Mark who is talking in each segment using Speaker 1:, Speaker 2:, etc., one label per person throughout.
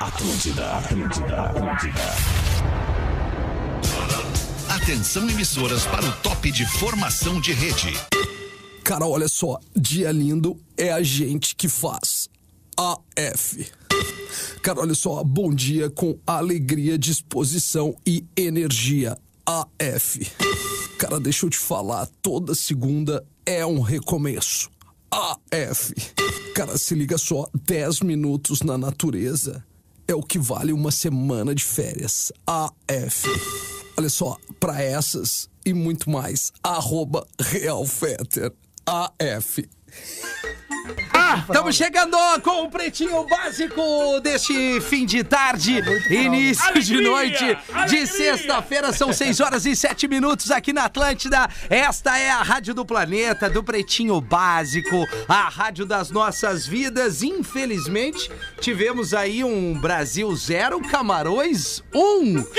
Speaker 1: Atlântida, Atlântida, Atlântida.
Speaker 2: Atenção emissoras para o top de formação de rede.
Speaker 3: Cara, olha só, dia lindo é a gente que faz. AF. Cara, olha só, bom dia com alegria, disposição e energia. AF. Cara, deixa eu te falar, toda segunda é um recomeço. AF. Cara, se liga só, 10 minutos na natureza é o que vale uma semana de férias. AF. Olha só, para essas e muito mais, arroba RealFetter. AF.
Speaker 4: Estamos chegando com o pretinho básico deste fim de
Speaker 5: É
Speaker 4: tarde, início de
Speaker 5: né? Alegria!
Speaker 4: noite de
Speaker 5: Alegria!
Speaker 4: sexta-feira, são 6 horas e 7 minutos aqui na Atlântida. Esta é a Rádio do Planeta, do Pretinho Básico, a rádio das nossas vidas. Infelizmente, tivemos aí um Brasil 0, Camarões 1. Um.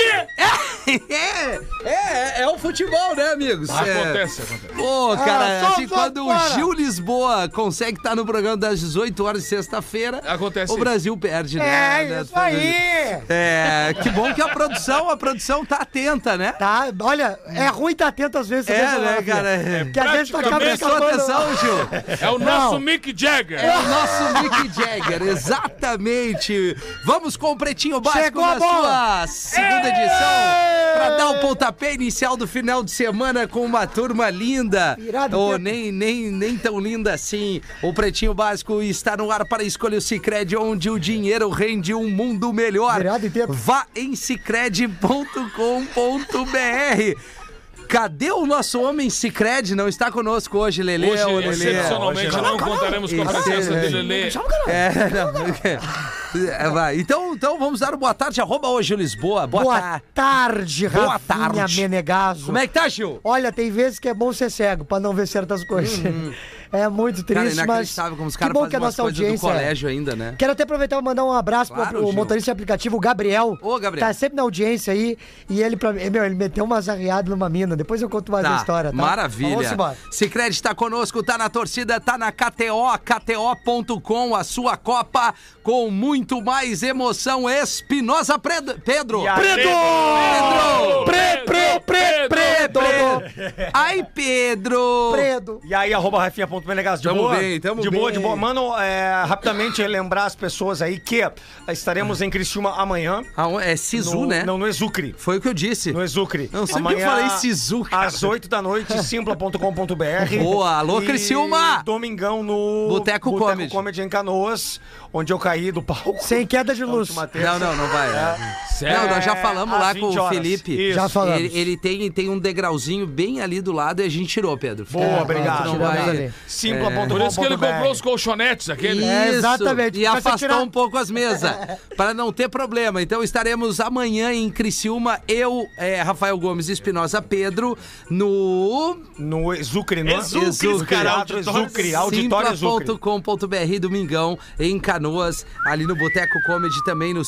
Speaker 4: É, é, é, é o futebol, né, amigos? É.
Speaker 5: Acontece, acontece.
Speaker 4: Pô, cara,
Speaker 6: Ah, só
Speaker 4: assim,
Speaker 6: vá
Speaker 4: quando o
Speaker 6: fora.
Speaker 4: Gil Lisboa consegue estar no programa das 18 horas de sexta-feira,
Speaker 5: Acontece
Speaker 4: o
Speaker 5: isso.
Speaker 4: Brasil perde, né?
Speaker 6: É
Speaker 4: né,
Speaker 6: isso aí!
Speaker 4: É, que bom que a produção, a produção tá atenta, né?
Speaker 6: Tá, olha, é ruim estar atento às vezes.
Speaker 4: É,
Speaker 6: essa
Speaker 4: né,
Speaker 6: maravilha.
Speaker 4: cara? É.
Speaker 6: Porque às vezes tá tu acaba
Speaker 5: Praticamente
Speaker 4: Prestou
Speaker 6: escapando-
Speaker 4: atenção, Gil.
Speaker 5: É o nosso Mick Jagger.
Speaker 4: É o nosso Mick Jagger, exatamente. Vamos com o Pretinho Básico
Speaker 6: Chegou a
Speaker 4: na sua
Speaker 6: bola.
Speaker 4: segunda edição pra dar o pontapé inicial do final de semana com uma turma linda.
Speaker 6: Irado,
Speaker 4: Ou
Speaker 6: Pedro.
Speaker 4: nem, nem, nem tão linda assim. O Pretinho Básico está no ar para escolher o Cicred, onde o dinheiro rende um mundo melhor.
Speaker 6: Irado, e Pedro.
Speaker 4: Vá em cicred.com.br. Cadê o nosso homem Cicred? Não está conosco hoje, Lelê.
Speaker 5: Hoje,
Speaker 4: Ô, Lelê.
Speaker 5: excepcionalmente,
Speaker 4: Hoje
Speaker 5: não contaremos com a
Speaker 4: Esse-
Speaker 5: presença
Speaker 6: né?
Speaker 4: é.
Speaker 5: de Lelê.
Speaker 4: É, não, porque- É, vai. Então, então vamos dar um boa tarde, arroba hoje Lisboa. Boa,
Speaker 6: Boa
Speaker 4: tarde.
Speaker 6: tarde,
Speaker 4: Boa
Speaker 6: Rafinha
Speaker 4: tarde.
Speaker 6: Menegaso.
Speaker 4: Como é que tá, Gil?
Speaker 6: Olha, tem vezes que é bom ser cego pra não ver certas coisas. É muito
Speaker 4: Uhum. Cara,
Speaker 6: triste, mas
Speaker 4: inacreditável como os
Speaker 6: que
Speaker 4: caras
Speaker 6: bom que
Speaker 4: fazem
Speaker 6: a
Speaker 4: umas
Speaker 6: nossa
Speaker 4: coisas do
Speaker 6: audiência... é
Speaker 4: colégio ainda, né?
Speaker 6: Quero até aproveitar e mandar um abraço
Speaker 4: Claro,
Speaker 6: para o
Speaker 4: Gil.
Speaker 6: motorista de aplicativo, o Gabriel.
Speaker 4: Ô, Gabriel.
Speaker 6: Tá sempre na audiência aí. E ele, pra... meu, ele meteu uma zarreada numa mina. Depois eu conto mais a história, tá? Vamos
Speaker 4: Maravilha.
Speaker 6: embora.
Speaker 4: Cicred tá conosco, tá na torcida, tá na KTO, KTO.com, a sua Copa com muito mais emoção. Espinosa Pred- Pedro.
Speaker 5: Pedro!
Speaker 6: Pre, pre, pre, pre, pre,
Speaker 4: Ai, Pedro.
Speaker 6: predo.
Speaker 7: E aí, arroba Rafinha.menegas, de
Speaker 4: Tamo
Speaker 7: boa?
Speaker 4: bem, tamo
Speaker 7: de boa,
Speaker 4: bem.
Speaker 7: de boa. Mano, é, rapidamente lembrar as pessoas aí que estaremos em Criciúma amanhã.
Speaker 4: Ah, É Sisu,
Speaker 7: no,
Speaker 4: né?
Speaker 7: Não, no Exucre.
Speaker 4: Foi o que eu disse.
Speaker 7: No Exucre.
Speaker 4: Não sei porque
Speaker 7: Amanhã,
Speaker 4: eu falei Sisu, cara.
Speaker 7: Às 8 da noite, simpla.com.br.
Speaker 4: Boa, alô,
Speaker 7: E
Speaker 4: Criciúma!
Speaker 7: Domingão no
Speaker 4: Boteco Comedy.
Speaker 7: em Canoas, onde eu caí do palco.
Speaker 6: Sem queda de
Speaker 7: na
Speaker 6: luz.
Speaker 7: última terça.
Speaker 4: Não, não, não vai. é.
Speaker 5: Sério?
Speaker 4: Não, nós já falamos
Speaker 7: É, às
Speaker 4: lá com
Speaker 7: 20
Speaker 4: o
Speaker 7: horas.
Speaker 4: Felipe.
Speaker 7: Isso.
Speaker 6: Já falamos.
Speaker 4: Ele, ele tem, tem um degrauzinho bem ali do lado e a gente tirou, Pedro.
Speaker 7: Boa,
Speaker 4: Fica-
Speaker 7: obrigado.
Speaker 4: É, Não
Speaker 6: Tiramos
Speaker 4: vai...
Speaker 6: ali.
Speaker 7: Simpla.com.br.
Speaker 5: Por isso que ele comprou os colchonetes, aquele.
Speaker 4: Isso.
Speaker 6: É, exatamente.
Speaker 4: E
Speaker 6: Pra você
Speaker 4: afastou
Speaker 6: tirar-
Speaker 4: um pouco as mesas, para não ter problema. Então estaremos amanhã em Criciúma, eu, é, Rafael Gomes e Espinosa Pedro, no
Speaker 7: No Exucre, no
Speaker 4: Exucre, cara,
Speaker 7: Teatro Exucre, Auditório Exucre.
Speaker 4: Simpla.com.br, domingão, em Canoas, ali no Boteco Comedy, também no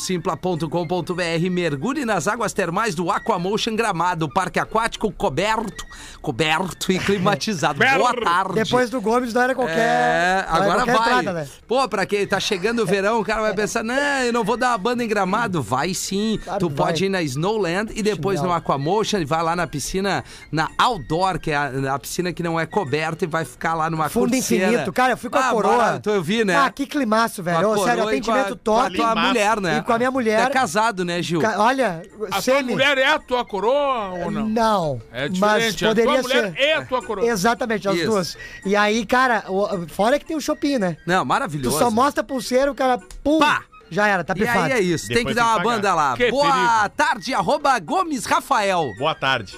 Speaker 4: simpla.com.br. Mergulhe nas águas termais do Aquamotion Gramado, parque aquático coberto, coberto e climatizado. Boa
Speaker 5: Coberto.
Speaker 4: tarde.
Speaker 6: Depois do Gomes não era qualquer.
Speaker 4: É,
Speaker 6: não era
Speaker 4: agora
Speaker 6: qualquer
Speaker 4: vai.
Speaker 6: entrada, É. né?
Speaker 4: Pô, pra quem tá chegando o verão, o cara vai pensar, não, eu não vou dar uma banda em gramado. Vai sim.
Speaker 6: Claro
Speaker 4: tu
Speaker 6: que
Speaker 4: pode
Speaker 6: vai.
Speaker 4: ir na Snowland e depois
Speaker 6: Genial.
Speaker 4: no Aquamotion e vai lá na piscina, na outdoor, que é a, a piscina que não é coberta e vai ficar lá numa
Speaker 6: Fundo
Speaker 4: corticeira.
Speaker 6: infinito. Cara, eu fui com a
Speaker 4: Tá Ah,
Speaker 6: coroa.
Speaker 4: bora, tu- eu vi, né?
Speaker 6: Ah, que climaço,
Speaker 4: Com a
Speaker 6: velho. Ô, sério,
Speaker 4: coroa e com a-
Speaker 6: atendimento
Speaker 4: com a
Speaker 6: top.
Speaker 4: tua mulher, né?
Speaker 6: E com a minha mulher.
Speaker 4: Tu é casado, né, Gil?
Speaker 6: Ca- Olha,
Speaker 5: A tua
Speaker 6: semi.
Speaker 5: mulher é a tua coroa ou não?
Speaker 6: Não.
Speaker 5: É
Speaker 6: mas
Speaker 5: diferente.
Speaker 6: poderia
Speaker 5: a tua mulher
Speaker 6: ser.
Speaker 5: é a tua coroa.
Speaker 6: Exatamente, as
Speaker 4: Isso.
Speaker 6: duas. E aí, cara, o- fora que tem o shopping, né?
Speaker 4: Não,
Speaker 6: Tu
Speaker 4: maravilhoso.
Speaker 6: só mostra a pulseira, o cara, pum,
Speaker 4: Pá!
Speaker 6: já era, tá
Speaker 4: E
Speaker 6: pifado.
Speaker 4: aí é isso, tem que
Speaker 8: Depois
Speaker 4: dar uma
Speaker 8: tem que pagar.
Speaker 4: banda lá.
Speaker 5: Que
Speaker 4: Boa
Speaker 5: perigo.
Speaker 4: tarde, arroba Gomes Rafael.
Speaker 8: Boa tarde.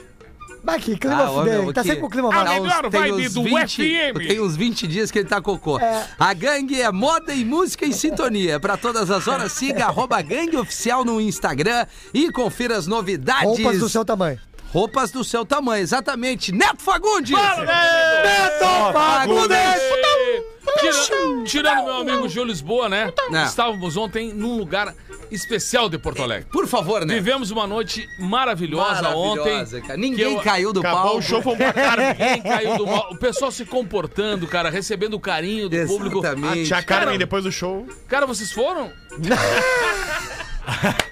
Speaker 6: Bah, que clima
Speaker 4: ô,
Speaker 6: fudeu,
Speaker 4: meu,
Speaker 6: tá
Speaker 4: que-
Speaker 6: sempre com o clima
Speaker 5: Ah,
Speaker 4: Dá
Speaker 6: mal.
Speaker 5: meu, melhor
Speaker 4: tem
Speaker 5: vibe
Speaker 4: uns
Speaker 5: do
Speaker 4: 20,
Speaker 5: FM.
Speaker 4: Tem uns 20 dias que ele tá cocô. A gangue é moda e música em sintonia. Pra todas as horas, siga arroba gangue oficial no Instagram e confira as novidades.
Speaker 6: Roupas do seu tamanho.
Speaker 4: Roupas do seu tamanho, exatamente. Neto Fagundes!
Speaker 6: Neto Fagundes!
Speaker 5: Tirando, tirando meu amigo Gil Lisboa, né?
Speaker 4: Não.
Speaker 5: Estávamos ontem num lugar especial de Porto Alegre.
Speaker 4: Por favor, Neto.
Speaker 5: Vivemos uma noite maravilhosa, ontem.
Speaker 4: cara.
Speaker 5: que
Speaker 4: Ninguém
Speaker 5: eu-
Speaker 4: caiu do
Speaker 8: Acabou
Speaker 4: palco.
Speaker 8: o show, vamos pra tarde.
Speaker 5: Quem caiu do mal? O pessoal se comportando, cara, recebendo o carinho do público.
Speaker 4: Exatamente.
Speaker 8: Tia Carmen, depois do show.
Speaker 5: Cara, vocês foram?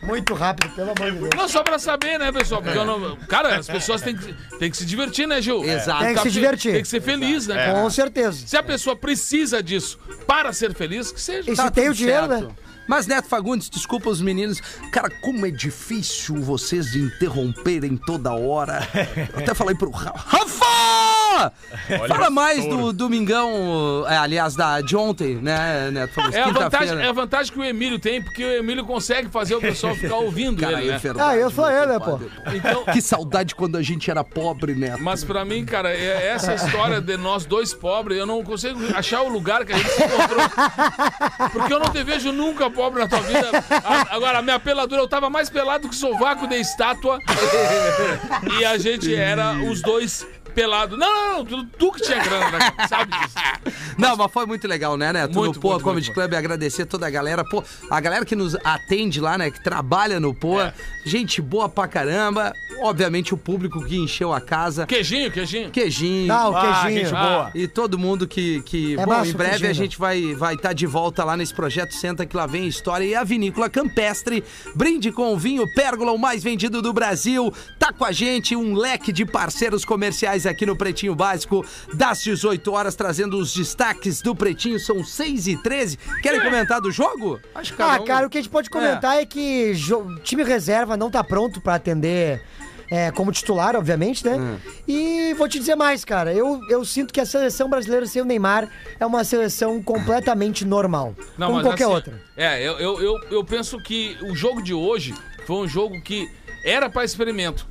Speaker 6: Muito rápido, pelo amor de Deus.
Speaker 5: Não, só pra saber, né, pessoal? Porque eu não- Cara, as pessoas têm que, têm que se divertir, né, Gil?
Speaker 4: Exato.
Speaker 6: Tem que se
Speaker 5: fe-
Speaker 6: divertir.
Speaker 5: Tem que ser feliz, né, cara?
Speaker 6: Com certeza.
Speaker 5: Se a pessoa precisa disso para ser feliz, que seja.
Speaker 6: E se tem o
Speaker 4: Tá tudo
Speaker 6: dinheiro,
Speaker 4: certo.
Speaker 6: né?
Speaker 4: Mas Neto Fagundes, desculpa os meninos. Cara, como é difícil vocês de interromperem toda hora. Eu até falei pro Ra- Rafa! Fala mais do Domingão, é, aliás, da, de ontem, né, Neto Fagundes?
Speaker 5: É a, vantagem,
Speaker 4: Quinta-feira.
Speaker 5: é a vantagem que o Emílio tem, porque o Emílio consegue fazer o pessoal ficar ouvindo
Speaker 4: Cara,
Speaker 5: ele,
Speaker 4: é
Speaker 5: né?
Speaker 4: verdade,
Speaker 6: Ah, eu sou
Speaker 4: meu
Speaker 6: eu, né,
Speaker 4: compadre.
Speaker 5: Então,
Speaker 4: Que saudade quando a gente era pobre, Neto.
Speaker 5: mas pra mim, cara, é- essa história de nós dois pobres, eu não consigo achar o lugar que a gente se encontrou. Porque eu não te vejo nunca pobre na tua vida. A- Agora, a minha peladura, eu tava mais pelado que sovaco de estátua. E a gente era os dois pelados. Não, não, não, tu, tu que tinha grana, né? sabe disso.
Speaker 4: Não, mas foi muito legal, né, Neto?
Speaker 5: Muito,
Speaker 4: no Poa
Speaker 5: muito,
Speaker 4: Comedy
Speaker 5: muito,
Speaker 4: Club, agradecer toda a galera. Pô, a galera que nos atende lá, né? Que trabalha no Poa.
Speaker 5: É.
Speaker 4: Gente boa pra caramba. Obviamente o público que encheu a casa.
Speaker 5: Queijinho, queijinho.
Speaker 4: Queijinho.
Speaker 6: Ah, o
Speaker 7: Ah,
Speaker 6: queijinho.
Speaker 7: gente boa.
Speaker 4: E todo mundo que. que...
Speaker 6: É
Speaker 4: Bom,
Speaker 6: massa
Speaker 4: em
Speaker 6: o
Speaker 4: breve
Speaker 6: queijinho,
Speaker 4: a
Speaker 6: né?
Speaker 4: gente vai vai estar de volta lá nesse projeto Senta que lá vem história e a vinícola campestre. Brinde com o vinho Pérgola, o mais vendido do Brasil. Tá com a gente um leque de parceiros comerciais aqui no Pretinho Básico, das 18 horas, trazendo os destaques do Pretinho. São 6 e 13
Speaker 8: É.
Speaker 4: Querem comentar do jogo? Acho
Speaker 6: Ah, cara, o que a gente pode comentar é, que jo- time reserva não tá pronto pra atender é, como titular, obviamente, né? E vou te dizer mais, cara. Eu, eu sinto que a seleção brasileira sem o Neymar é uma seleção completamente normal. como qualquer
Speaker 5: assim,
Speaker 6: outra.
Speaker 5: É, eu, eu, eu, eu penso que o jogo de hoje foi um jogo que era para experimento,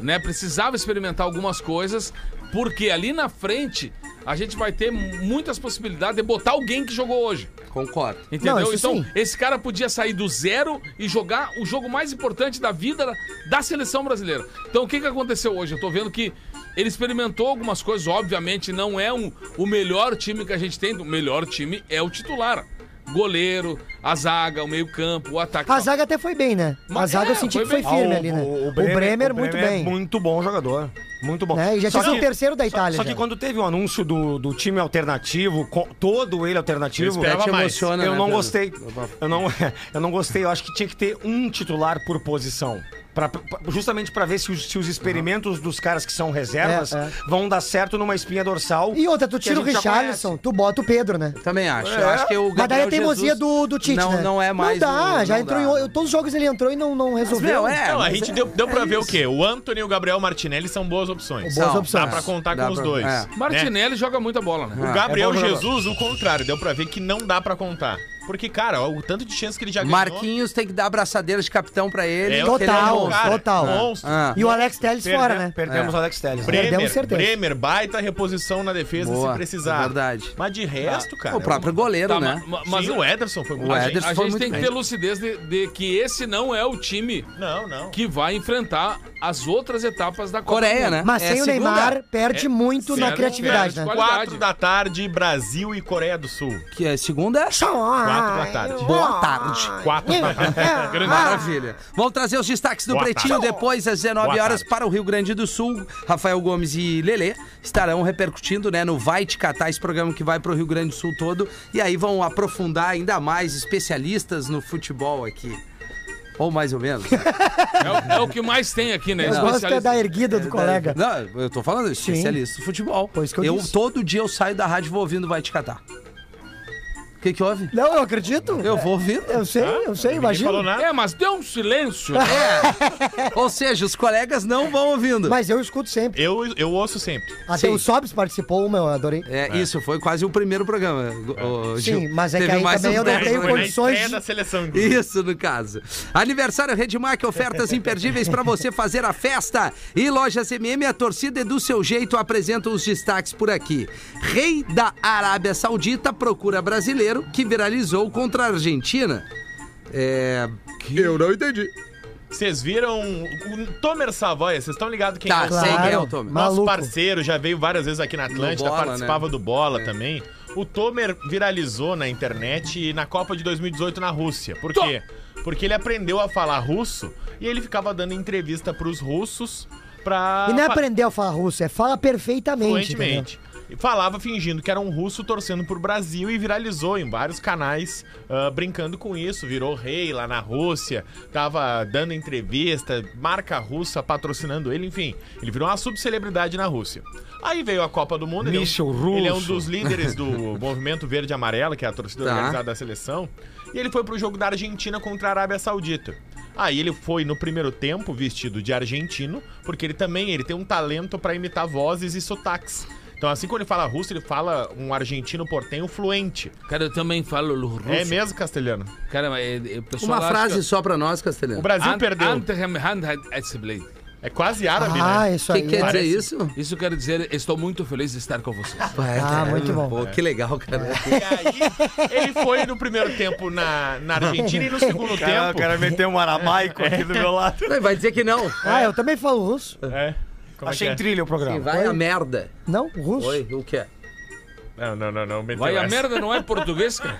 Speaker 5: né? Precisava experimentar algumas coisas, porque ali na frente a gente vai ter muitas possibilidades de botar alguém que jogou hoje.
Speaker 4: Concordo.
Speaker 5: Entendeu?
Speaker 6: Não, isso
Speaker 5: então,
Speaker 6: sim.
Speaker 5: esse cara podia sair do zero e jogar o jogo mais importante da vida da seleção brasileira. Então, o que, que aconteceu hoje? Eu tô vendo que ele experimentou algumas coisas, obviamente, não é um, o melhor time que a gente tem. O melhor time é o titular. Goleiro, a zaga, o meio-campo, o ataque.
Speaker 6: A zaga até foi bem, né? a
Speaker 5: Mas
Speaker 6: zaga
Speaker 5: é,
Speaker 6: eu senti
Speaker 5: foi
Speaker 6: que foi
Speaker 5: bem.
Speaker 6: firme
Speaker 7: Ah,
Speaker 6: ali, né? O,
Speaker 7: Bremer-
Speaker 6: Bremer,
Speaker 7: o
Speaker 6: muito
Speaker 7: Bremer é
Speaker 6: bem.
Speaker 7: muito bom jogador. Muito bom.
Speaker 6: Né? E já
Speaker 7: Só
Speaker 6: tinha sido
Speaker 7: que-
Speaker 6: o terceiro da
Speaker 7: só-
Speaker 6: Itália.
Speaker 7: Só,
Speaker 6: já.
Speaker 7: que quando teve o anúncio do, do time alternativo, co- todo ele alternativo,
Speaker 4: Até
Speaker 7: eu,
Speaker 4: te emociona, né,
Speaker 7: não
Speaker 4: Pedro?
Speaker 7: gostei. Eu não, eu não gostei. Eu acho que tinha que ter um titular por posição. Pra, pra- justamente pra ver se os, se os experimentos dos caras que são reservas
Speaker 6: É, é.
Speaker 7: vão dar certo numa espinha dorsal.
Speaker 6: E outra, tu
Speaker 7: que
Speaker 6: tira
Speaker 7: a
Speaker 6: o
Speaker 7: gente já
Speaker 6: Richarlison, tu bota o Pedro, né?
Speaker 4: Também acho.
Speaker 8: É.
Speaker 4: Eu acho que o
Speaker 6: Mas daí
Speaker 4: Gabriel
Speaker 6: a teimosia
Speaker 4: Jesus
Speaker 6: do, do Tite,
Speaker 4: não,
Speaker 6: né?
Speaker 4: Não é mais.
Speaker 6: Não dá,
Speaker 4: o-
Speaker 6: já
Speaker 4: não
Speaker 6: entrou
Speaker 4: dá.
Speaker 6: em... o- Todos os jogos ele entrou e não, não
Speaker 4: Mas,
Speaker 6: resolveu.
Speaker 4: meu, é.
Speaker 8: Não, a
Speaker 4: mas
Speaker 8: gente
Speaker 4: é-
Speaker 8: deu, deu pra
Speaker 4: é
Speaker 8: ver o
Speaker 4: isso.
Speaker 8: quê? O Anthony e o Gabriel Martinelli são boas opções.
Speaker 6: Boas
Speaker 4: São,
Speaker 6: opções.
Speaker 8: Dá pra contar
Speaker 4: Dá
Speaker 8: com os
Speaker 4: pra-
Speaker 8: dois.
Speaker 4: é.
Speaker 8: Né?
Speaker 5: Martinelli joga muita bola, né?
Speaker 8: O Gabriel Jesus, o contrário, deu pra ver que não dá pra contar. Porque, cara, ó, o tanto de chance que ele já ganhou.
Speaker 4: Marquinhos tem que dar abraçadeiras de capitão pra ele.
Speaker 8: É,
Speaker 4: porque ele é
Speaker 6: Total,
Speaker 4: monstro.
Speaker 8: cara,
Speaker 6: total.
Speaker 8: monstro.
Speaker 4: Ah.
Speaker 6: E o Alex Telles
Speaker 7: Perde-
Speaker 6: fora, né?
Speaker 7: Perdemos o Alex Telles. né?
Speaker 6: Perdemos
Speaker 8: Bremer,
Speaker 6: certeza.
Speaker 8: Bremer, baita reposição na defesa
Speaker 4: Boa,
Speaker 8: se precisar.
Speaker 4: é verdade. Ah,
Speaker 8: Mas de resto, cara.
Speaker 4: o próprio goleiro,
Speaker 5: Tá,
Speaker 4: né?
Speaker 5: ma- ma-
Speaker 8: Mas
Speaker 5: mas
Speaker 8: Sim, o Ederson foi muito
Speaker 4: O
Speaker 8: bem.
Speaker 4: Ederson-
Speaker 5: a
Speaker 4: foi
Speaker 5: gente
Speaker 4: muito
Speaker 5: tem que
Speaker 4: bem.
Speaker 5: ter lucidez de, de que esse não é o time
Speaker 8: Não, não.
Speaker 5: que vai enfrentar as outras etapas da Copa do
Speaker 4: Coreia,
Speaker 5: Mundo.
Speaker 4: né?
Speaker 6: Mas
Speaker 4: É
Speaker 6: sem o
Speaker 4: segunda.
Speaker 6: Neymar, perde muito na
Speaker 8: Zero,
Speaker 6: criatividade,
Speaker 8: É. perde.
Speaker 6: né?
Speaker 5: Qual-
Speaker 8: Quatro da tarde, Brasil e Coreia do Sul.
Speaker 4: Que é segunda.
Speaker 8: Quatro
Speaker 4: é
Speaker 8: da tarde.
Speaker 4: Boa tarde.
Speaker 6: É,
Speaker 8: Quatro da tarde.
Speaker 4: Ah. Maravilha. Vamos trazer os destaques do
Speaker 8: Boa
Speaker 4: Pretinho
Speaker 8: tarde.
Speaker 4: depois, às 19
Speaker 8: Boa
Speaker 4: horas,
Speaker 8: tarde.
Speaker 4: para o Rio Grande do Sul. Rafael Gomes e Lelê estarão repercutindo né, no Vai Te Catar, esse programa que vai para o Rio Grande do Sul todo. E aí vão aprofundar ainda mais especialistas no futebol aqui. Ou mais ou menos.
Speaker 5: É, o- é o que mais tem aqui, né?
Speaker 6: Eu gosto é
Speaker 5: Especialista.
Speaker 6: da erguida do colega.
Speaker 4: Não, eu tô falando especialista do futebol.
Speaker 6: Pois que eu disse.
Speaker 4: Todo dia eu saio da rádio e vou ouvindo Vai Te Catar. O que que houve?
Speaker 6: Não, eu acredito.
Speaker 4: Eu vou ouvindo.
Speaker 6: Eu sei, eu sei,
Speaker 8: Ah, Ninguém falou
Speaker 6: imagino.
Speaker 8: nada.
Speaker 5: É, mas deu um silêncio.
Speaker 6: É.
Speaker 4: Ou seja, os colegas não vão ouvindo.
Speaker 6: Mas eu escuto sempre.
Speaker 8: Eu, eu ouço sempre.
Speaker 6: Até
Speaker 4: Sim.
Speaker 6: o Sobs participou, meu, eu adorei.
Speaker 4: É, isso, foi quase o primeiro programa. ô, Gil.
Speaker 6: Sim, mas é que
Speaker 4: Teve
Speaker 6: aí
Speaker 4: mais uns
Speaker 6: também eu não
Speaker 4: dez
Speaker 6: tenho
Speaker 4: programas.
Speaker 6: condições- Condições
Speaker 8: Estreia
Speaker 6: de-
Speaker 8: É da seleção.
Speaker 4: Isso, no caso. Aniversário Redmac, ofertas imperdíveis para você fazer a festa. E Lojas MM, a torcida é do seu jeito, apresenta os destaques por aqui. Rei da Arábia Saudita procura brasileiro que viralizou contra a Argentina. É. Eu não entendi.
Speaker 8: Vocês viram o Tomer Savoia, vocês estão ligados quem
Speaker 4: Tá,
Speaker 8: é o
Speaker 4: sei quem é o
Speaker 6: Claro,
Speaker 4: Tomer.
Speaker 8: Nosso
Speaker 6: maluco.
Speaker 8: parceiro já veio várias vezes aqui na Atlântida,
Speaker 4: No Bola,
Speaker 8: participava
Speaker 4: né?
Speaker 8: do
Speaker 6: É.
Speaker 8: Bola também. O Tomer viralizou na internet na Copa de 2018 na Rússia. Por quê? Porque ele aprendeu a falar russo e ele ficava dando entrevista pros russos pra...
Speaker 6: E não é
Speaker 8: fa-
Speaker 6: aprendeu a falar russo, é fala perfeitamente.
Speaker 8: fluentemente. falava fingindo que era um russo torcendo por Brasil e viralizou em vários canais ah, brincando com isso. Virou rei lá na Rússia, tava dando entrevista, marca russa patrocinando ele, enfim. Ele virou uma subcelebridade na Rússia. Aí veio a Copa do Mundo. ele é um-
Speaker 7: Michel
Speaker 8: Ele é um
Speaker 7: Russo.
Speaker 8: dos líderes do movimento verde e amarelo, que é a torcida
Speaker 4: Tá.
Speaker 8: organizada da seleção. E ele foi pro jogo da Argentina contra a Arábia Saudita. Aí ele foi no primeiro tempo vestido de argentino, porque ele também ele tem um talento pra imitar vozes e sotaques. Então, assim quando ele fala russo, ele fala um argentino portenho fluente.
Speaker 5: Cara, eu também falo russo.
Speaker 8: É mesmo, castelhano?
Speaker 5: Cara, mas é, é, o pessoal
Speaker 4: Uma
Speaker 5: acha
Speaker 4: frase
Speaker 5: que-
Speaker 4: só pra nós, Castelhano.
Speaker 8: O Brasil
Speaker 5: Ant-
Speaker 8: perdeu.
Speaker 5: Anthem hand had- had blade.
Speaker 8: É quase árabe,
Speaker 6: Ah,
Speaker 8: né?
Speaker 6: isso
Speaker 4: O que é?
Speaker 6: aí.
Speaker 4: quer dizer
Speaker 8: Parece-
Speaker 4: isso?
Speaker 5: Isso quer dizer, estou muito feliz de estar com vocês.
Speaker 6: Ah, muito bom.
Speaker 4: é. Pô, que legal, cara.
Speaker 8: E aí, ele foi no primeiro tempo na, na Argentina e no segundo
Speaker 7: Cara,
Speaker 8: tempo.
Speaker 7: o cara meteu um aramaico aqui do meu lado.
Speaker 4: Não, Vai dizer que não.
Speaker 6: Ah, eu também falo russo.
Speaker 8: É. Como é que
Speaker 7: Achei
Speaker 8: é?
Speaker 7: trilha o
Speaker 4: Sim,
Speaker 7: programa.
Speaker 4: vai a merda.
Speaker 6: Não, russo.
Speaker 4: Oi, o que é?
Speaker 8: Não, não, não, não. meteu
Speaker 5: Vai a
Speaker 8: essa.
Speaker 5: merda, não é português, cara?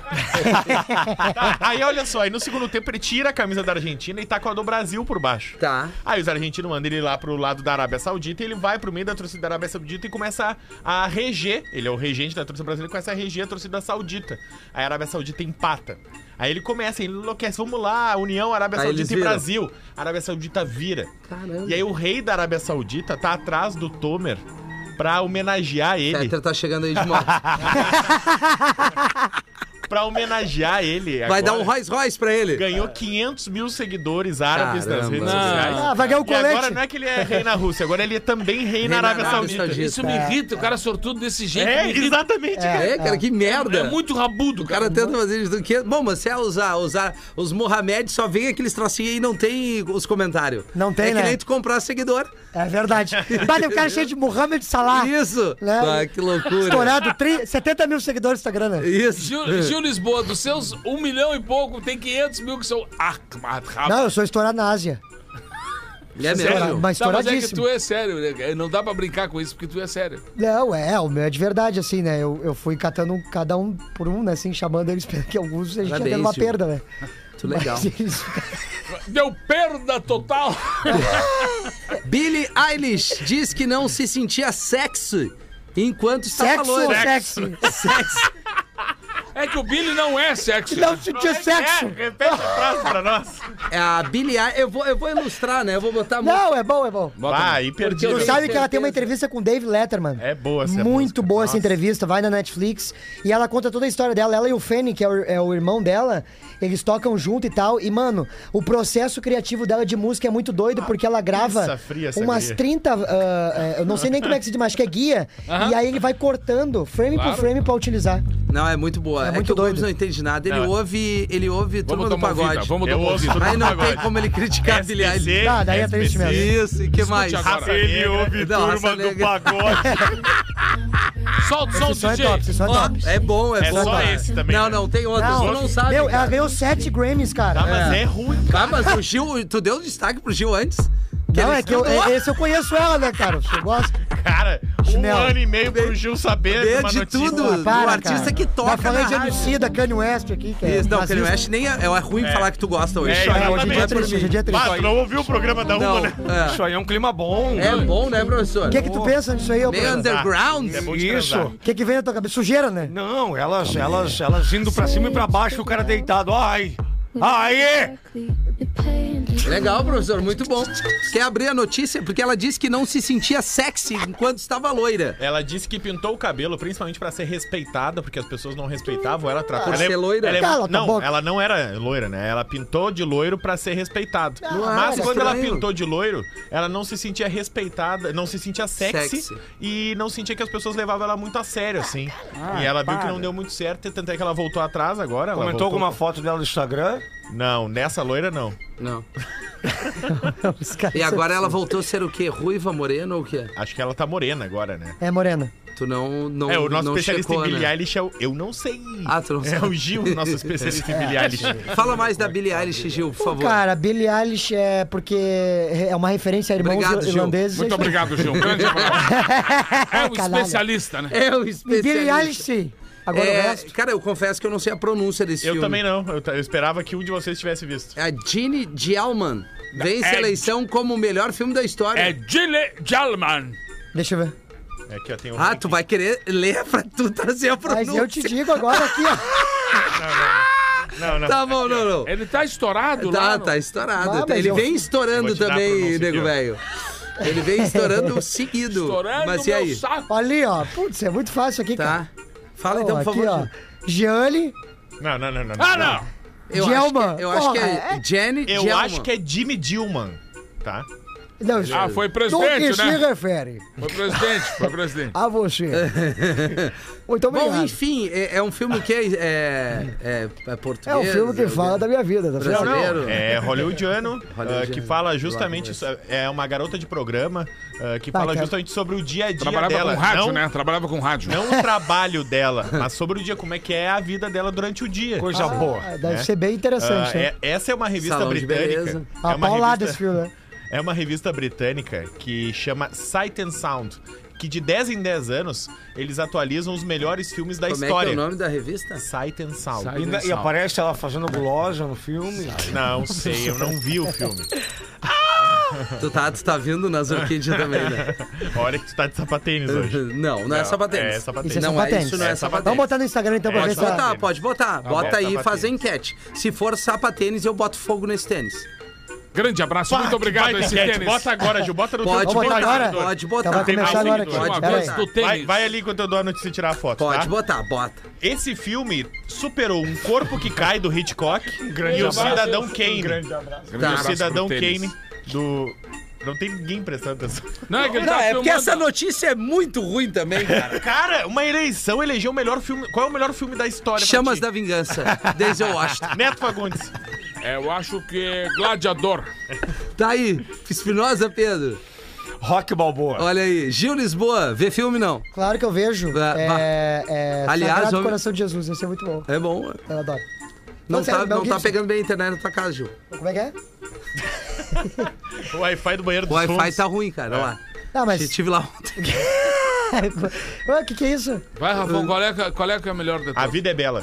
Speaker 8: Tá, aí olha só, aí no segundo tempo ele tira a camisa da Argentina e tá com a do Brasil por baixo.
Speaker 4: Tá.
Speaker 8: Aí os argentinos mandam ele lá pro lado da Arábia Saudita e ele vai pro meio da torcida da Arábia Saudita e começa a, a reger. Ele é o regente da torcida brasileira e começa a reger a torcida saudita. Aí a Arábia Saudita empata. Aí ele começa, ele enlouquece, vamos lá, União Arábia
Speaker 4: Aí eles
Speaker 8: Saudita e
Speaker 4: viram.
Speaker 8: Brasil. A Arábia Saudita vira.
Speaker 4: Caramba.
Speaker 8: E aí o rei da Arábia Saudita tá atrás do Tomer pra homenagear ele.
Speaker 4: Petra tá chegando aí de moto.
Speaker 8: Pra homenagear ele.
Speaker 4: Vai
Speaker 8: agora.
Speaker 4: dar um Rolls Royce pra ele.
Speaker 8: Ganhou 500 mil seguidores árabes nas
Speaker 4: Caramba.
Speaker 8: redes
Speaker 4: Não.
Speaker 8: sociais.
Speaker 6: Ah, vai ganhar o
Speaker 8: E agora
Speaker 6: colete.
Speaker 8: não é que ele é rei na Rússia, agora ele é também rei na Arábia Saudita.
Speaker 5: Isso me irrita, o cara sortudo desse jeito.
Speaker 8: É,
Speaker 5: me irrita.
Speaker 8: exatamente. cara.
Speaker 4: É, cara, que merda.
Speaker 5: É muito rabudo,
Speaker 4: O
Speaker 6: Uhum.
Speaker 4: cara
Speaker 5: cara.
Speaker 4: tenta fazer isso do que. Bom, mas se é usar, usar os Mohamed, só vem aqueles trocinhos aí e não tem os comentários.
Speaker 6: Não tem,
Speaker 4: é
Speaker 6: né?
Speaker 4: que nem tu comprar seguidor.
Speaker 6: É verdade. Bateu o cara cheio de Mohamed Salah.
Speaker 4: Isso!
Speaker 6: Né?
Speaker 4: Ah, que loucura.
Speaker 6: Estourado, tri- 70 mil seguidores no Instagram, né?
Speaker 4: Isso.
Speaker 5: Gil, Gil Lisboa, dos seus um milhão e pouco, tem 500 mil que são Ahmad Rabat.
Speaker 6: Não, eu sou estourado na Ásia.
Speaker 4: É mesmo.
Speaker 6: Mas
Speaker 5: Tá, mas é que
Speaker 6: estouradíssimo.
Speaker 5: tu é sério, né? Não dá pra brincar com isso, porque tu é sério.
Speaker 6: Não, é, o meu é de verdade, assim, né? Eu, eu fui catando um- cada um por um, né? Assim, chamando eles, porque alguns a gente ia
Speaker 4: Parabéns,
Speaker 6: tendo uma
Speaker 4: Gil.
Speaker 6: perda, né? é
Speaker 4: Muito legal.
Speaker 6: Eles-
Speaker 5: Deu perda total.
Speaker 4: Billie Eilish diz que não se sentia sexy enquanto estava
Speaker 6: Sexo ou
Speaker 5: né?
Speaker 4: loira.
Speaker 6: sexo?
Speaker 4: Sexy.
Speaker 5: É que o Billy não é sexy.
Speaker 6: Não sentia sexo.
Speaker 8: Repete é, a frase pra nós.
Speaker 4: É, A Billie Eilish... Eu vou, eu vou ilustrar, né? Eu vou botar... muito.
Speaker 6: Não, é bom, é bom.
Speaker 5: Bota
Speaker 8: Ah,
Speaker 5: uma-
Speaker 8: aí perdi.
Speaker 4: Eu
Speaker 6: Tu
Speaker 4: tenho
Speaker 6: sabe que ela
Speaker 4: certeza.
Speaker 6: tem uma entrevista com o Dave Letterman.
Speaker 8: É boa essa música.
Speaker 6: Muito boa essa
Speaker 8: Nossa.
Speaker 6: entrevista, vai na Netflix. E ela conta toda a história dela. Ela e o Fanny, que é o, é o irmão dela, eles tocam junto e tal. E, mano, o processo criativo dela de música é muito doido, porque ela grava
Speaker 8: pizza fria essa
Speaker 6: umas
Speaker 8: guria.
Speaker 6: 30. ah, eh, eu não sei nem como é que se diz, mas acho que é guia. E aí ele vai cortando frame por frame pra utilizar.
Speaker 4: Não, é muito boa. É,
Speaker 6: muito
Speaker 4: que o Gomes
Speaker 6: doido.
Speaker 4: não entende nada. Ele
Speaker 8: Não.
Speaker 4: ouve, ele ouve Turma
Speaker 5: Vamos
Speaker 4: do
Speaker 5: dar uma
Speaker 4: Pagode.
Speaker 5: ouvida, vamos dar
Speaker 8: Eu
Speaker 5: uma
Speaker 8: ouvi tudo
Speaker 5: ouvida.
Speaker 4: Aí
Speaker 8: no
Speaker 4: não tem
Speaker 8: pagode.
Speaker 4: como ele criticar a Billie Eilish.
Speaker 6: Tá, daí é triste
Speaker 8: SBC.
Speaker 6: mesmo.
Speaker 4: Isso, e que mais?
Speaker 5: agora.
Speaker 8: Ele ouve
Speaker 4: Não, Raça
Speaker 8: turma do
Speaker 4: Negra.
Speaker 8: pagode.
Speaker 5: Solta o som,
Speaker 6: Esse som é
Speaker 5: DJ.
Speaker 6: top, esse som é
Speaker 4: Ó,
Speaker 6: top.
Speaker 4: é bom, é,
Speaker 8: É
Speaker 4: bom.
Speaker 8: só
Speaker 4: cara.
Speaker 8: esse também,
Speaker 4: Não,
Speaker 8: né?
Speaker 4: não, tem outro. Não, não sabe.
Speaker 6: Meu, ela
Speaker 4: cara.
Speaker 6: ganhou 7 Grammys, cara.
Speaker 8: Ah, mas é ruim.
Speaker 4: Ah, mas o Gil, tu deu destaque pro Gil antes?
Speaker 6: Não,
Speaker 4: ele
Speaker 6: é que eu,
Speaker 4: estudou.
Speaker 6: é- esse eu conheço ela, né, cara? Eu gosto.
Speaker 8: Cara, um
Speaker 6: Chinelo.
Speaker 8: ano e meio pro Gil saber de
Speaker 4: Saber
Speaker 8: uma
Speaker 4: de
Speaker 8: notícia.
Speaker 4: tudo.
Speaker 6: Ah, para,
Speaker 4: do artista
Speaker 6: cara.
Speaker 4: que toca
Speaker 6: Nós falamos
Speaker 4: na
Speaker 6: de
Speaker 4: rádio.
Speaker 6: Emicida, Kanye West aqui, que é
Speaker 4: Isso, não,
Speaker 6: nazista.
Speaker 4: Kanye West nem é, é ruim falar que tu gosta hoje.
Speaker 8: É,
Speaker 4: Só
Speaker 6: É, hoje em dia é
Speaker 4: por
Speaker 6: triste,
Speaker 4: mim.
Speaker 6: hoje em dia é triste.
Speaker 8: Ah, tu não ouviu o programa da Uma,
Speaker 4: Não,
Speaker 8: né?
Speaker 4: é.
Speaker 7: Isso aí é um clima bom.
Speaker 4: É bom, né, professor?
Speaker 6: O que, que tu pensa nisso aí, ô
Speaker 4: Meio
Speaker 6: professor?
Speaker 4: underground.
Speaker 8: É bom de
Speaker 7: Isso.
Speaker 8: transar.
Speaker 6: O que, que vem na tua cabeça? Sujeira, né?
Speaker 7: Não, elas, elas, elas indo pra cima e pra baixo, o cara deitado. Ai! Ai!
Speaker 4: Legal, professor, muito bom. Quer abrir a notícia? Porque ela disse que não se sentia sexy enquanto estava loira.
Speaker 8: Ela disse que pintou o cabelo principalmente pra ser respeitada, porque as pessoas não respeitavam ela. Tratou...
Speaker 4: Por
Speaker 8: ela é-
Speaker 4: ser loira?
Speaker 8: ela é-
Speaker 6: Cala tua
Speaker 8: não,
Speaker 6: boca.
Speaker 8: ela não era loira, né? Ela pintou de loiro pra ser respeitado.
Speaker 4: Ah,
Speaker 8: Mas
Speaker 4: era
Speaker 8: quando ela
Speaker 4: estranho.
Speaker 8: pintou de loiro, ela não se sentia respeitada, não se sentia sexy,
Speaker 4: Sexy.
Speaker 8: e não sentia que as pessoas levavam ela muito a sério, assim.
Speaker 6: Ah,
Speaker 8: e ela viu que não deu muito certo, tanto é que ela voltou atrás agora. ela
Speaker 7: Comentou
Speaker 8: voltou-
Speaker 7: alguma foto dela no Instagram?
Speaker 8: Não, nessa loira não.
Speaker 4: Não.
Speaker 6: Os caras-
Speaker 4: E agora ela voltou a ser o quê? Ruiva, morena ou o quê?
Speaker 8: Acho que ela tá morena agora, né?
Speaker 6: É, Morena.
Speaker 4: Tu não. não
Speaker 8: É, o nosso
Speaker 4: não
Speaker 8: especialista
Speaker 4: checou,
Speaker 8: em Billie
Speaker 4: né?
Speaker 8: Eilish é o... Eu não sei.
Speaker 4: Ah, tu não
Speaker 8: É
Speaker 4: sabe.
Speaker 8: o Gil, nosso especialista em Billie Eilish.
Speaker 4: Fala mais da Billie Eilish, Gil, por favor.
Speaker 6: Cara, Billie Eilish é porque é uma referência a irmãos
Speaker 4: Obrigado, Gil.
Speaker 6: irlandeses.
Speaker 5: Muito obrigado, Gil. Um grande abraço. É um
Speaker 6: é Caralho.
Speaker 5: especialista, né?
Speaker 4: É o
Speaker 6: E
Speaker 4: especialista.
Speaker 6: Billie Eilish, sim. Agora o
Speaker 4: É,
Speaker 6: resto.
Speaker 4: cara, eu confesso que eu não sei a pronúncia desse
Speaker 8: Eu
Speaker 4: filme. É
Speaker 8: também não. Eu, ta- eu esperava que um de vocês tivesse visto.
Speaker 4: A Gene Gelman vence
Speaker 5: É-
Speaker 4: a eleição como o melhor filme da história.
Speaker 5: É Gilly É Jalman.
Speaker 6: Deixa eu ver.
Speaker 8: É que eu tenho.
Speaker 4: Ah, tu vai querer ler pra tu trazer a
Speaker 6: Mas
Speaker 4: pronúncia.
Speaker 6: eu te digo agora aqui, ó.
Speaker 8: Não, não.
Speaker 4: Tá bom, não,
Speaker 8: É
Speaker 4: não.
Speaker 5: Ele tá estourado lá.
Speaker 4: Tá,
Speaker 5: no-
Speaker 4: tá estourado.
Speaker 6: Ah, mas
Speaker 4: ele
Speaker 6: eu-
Speaker 4: vem
Speaker 8: Vou
Speaker 4: estourando
Speaker 8: te dar a
Speaker 4: também,
Speaker 8: pronúncia
Speaker 4: nego
Speaker 8: aqui, ó.
Speaker 4: velho. Ele vem estourando seguido.
Speaker 5: Estourando
Speaker 4: Mas e
Speaker 5: meu
Speaker 4: aí?
Speaker 5: saco.
Speaker 6: Ali, ó. Putz, é muito fácil aqui, cara.
Speaker 4: Tá? Fala
Speaker 6: Ó,
Speaker 4: então, por
Speaker 6: aqui,
Speaker 4: favor.
Speaker 6: ó. Gianni,
Speaker 8: Não, não, não, não.
Speaker 5: Ah, não!
Speaker 4: Eu
Speaker 6: Gelman.
Speaker 4: acho que, eu acho que
Speaker 6: Porra,
Speaker 4: é Jenny
Speaker 8: Eu
Speaker 4: Gelman.
Speaker 8: acho que é Jimmy Dillman, tá?
Speaker 6: não,
Speaker 5: Ah, foi
Speaker 6: do que
Speaker 5: presidente,
Speaker 6: se
Speaker 5: né?
Speaker 6: refere
Speaker 5: Foi presidente, foi presidente.
Speaker 6: a você. Muito
Speaker 4: Bom,
Speaker 6: obrigado.
Speaker 4: enfim, é, é um filme que é, é, é- é português.
Speaker 6: é um filme que
Speaker 4: o-
Speaker 6: fala da minha vida, tá
Speaker 4: Não,
Speaker 6: certo?
Speaker 4: não. Brasileiro.
Speaker 8: É hollywoodiano,
Speaker 4: Hollywoodiano.
Speaker 8: ah, que fala justamente. isso. É uma garota de programa ah, que
Speaker 6: Tá,
Speaker 8: fala
Speaker 6: cara.
Speaker 8: justamente sobre o dia a dia
Speaker 5: Trabalhava
Speaker 8: dela.
Speaker 5: com rádio,
Speaker 8: não,
Speaker 5: né? Trabalhava com rádio.
Speaker 8: não o trabalho dela, mas sobre o dia, como é que é a vida dela durante o dia.
Speaker 7: Coisa boa.
Speaker 6: Ah, deve
Speaker 8: né?
Speaker 6: ser bem interessante,
Speaker 8: Ah,
Speaker 6: né?
Speaker 8: é- essa é uma revista
Speaker 4: Salão de
Speaker 8: britânica.
Speaker 4: beleza.
Speaker 8: É
Speaker 6: Ah,
Speaker 8: uma
Speaker 6: paulada esse
Speaker 8: revista,
Speaker 6: filme, né?
Speaker 8: é uma revista britânica que chama Sight and Sound, que de 10 em 10 anos eles atualizam os melhores filmes da
Speaker 4: Como é
Speaker 8: história.
Speaker 4: que é o nome da revista?
Speaker 8: Sight and Sound.
Speaker 5: Sight-
Speaker 7: Ainda- e aparece ela fazendo gulosa no filme.
Speaker 8: Não sei, eu não vi o filme.
Speaker 4: Tu tá, tu tá vindo nas orquídeas também, né?
Speaker 8: Olha que tu tá de sapatênis hoje.
Speaker 4: Não, não, é
Speaker 8: Não,
Speaker 4: sapatênis.
Speaker 8: é sapatênis.
Speaker 6: Isso é
Speaker 4: não é
Speaker 6: sapatênis.
Speaker 4: isso, não é,
Speaker 8: É
Speaker 4: sapatênis.
Speaker 6: Vamos botar no Instagram então pra
Speaker 8: É,
Speaker 6: ver
Speaker 4: Pode
Speaker 6: se ela-
Speaker 4: botar,
Speaker 8: sapatênis.
Speaker 4: pode botar.
Speaker 8: Tá
Speaker 4: Bota
Speaker 8: bom,
Speaker 4: aí e
Speaker 8: sapatênis.
Speaker 4: faz a enquete. Se for sapatênis, eu boto fogo nesse tênis.
Speaker 5: Grande abraço, muito obrigado a
Speaker 8: Vai,
Speaker 5: esse
Speaker 8: Piquete,
Speaker 5: tênis.
Speaker 8: Bota agora, Gil, bota no teu
Speaker 4: Pode
Speaker 6: Vamos botar
Speaker 4: botar,
Speaker 6: agora?
Speaker 4: pode botar.
Speaker 6: Então vai
Speaker 8: Tem
Speaker 6: começar
Speaker 8: mais
Speaker 6: agora
Speaker 8: um
Speaker 6: aqui.
Speaker 8: minuto,
Speaker 5: Uma
Speaker 4: Pode
Speaker 6: Pera aí.
Speaker 5: coisa
Speaker 4: botar.
Speaker 5: do tênis.
Speaker 8: Vai, vai ali quando eu dou a notícia e tirar a foto,
Speaker 4: Pode
Speaker 8: tá?
Speaker 4: botar, bota.
Speaker 8: Esse filme superou Um Corpo que Cai, do Hitchcock,
Speaker 5: grande
Speaker 8: e O
Speaker 5: abraço. Um
Speaker 8: Cidadão Kane.
Speaker 5: Grande
Speaker 4: Tá.
Speaker 8: O
Speaker 5: abraço pro
Speaker 8: Cidadão
Speaker 5: tênis.
Speaker 8: Kane, do... Não tem ninguém prestando atenção.
Speaker 5: Não, é que ele
Speaker 4: Não,
Speaker 5: tá
Speaker 4: é porque
Speaker 5: filmando.
Speaker 4: essa notícia é muito ruim também, cara.
Speaker 8: Cara, uma eleição elegeu o melhor filme... Qual é o melhor filme da história pra
Speaker 4: Chamas
Speaker 8: ti?
Speaker 4: da Vingança, Denzel Washington.
Speaker 8: Neto Fagundes.
Speaker 5: É, eu acho que é gladiador.
Speaker 4: Tá aí, Espinosa Pedro.
Speaker 7: Rock Balboa.
Speaker 4: Olha aí, Gil Lisboa, vê filme não.
Speaker 6: Claro que eu vejo.
Speaker 4: Bah, bah.
Speaker 6: É, é,
Speaker 4: Aliás,
Speaker 6: Sagrado
Speaker 4: homem-
Speaker 6: Coração de Jesus, esse é muito bom.
Speaker 4: É bom.
Speaker 6: Eu adoro.
Speaker 4: Não,
Speaker 6: Mas é, sério,
Speaker 4: tá,
Speaker 6: Mel
Speaker 4: não tá
Speaker 6: Gibson.
Speaker 4: pegando bem a internet na tua casa, Gil.
Speaker 6: Como é que é?
Speaker 8: O Wi-Fi do banheiro
Speaker 4: O
Speaker 8: dos
Speaker 4: Wi-Fi
Speaker 8: fundos.
Speaker 4: tá ruim, cara. Olha lá.
Speaker 6: Ah,
Speaker 4: Eu
Speaker 6: mas.
Speaker 4: Tive lá um ontem.
Speaker 6: Ué, que que é isso?
Speaker 5: Vai, Rafão, qual é, que- qual é que é o melhor de
Speaker 8: A Vida é Bela.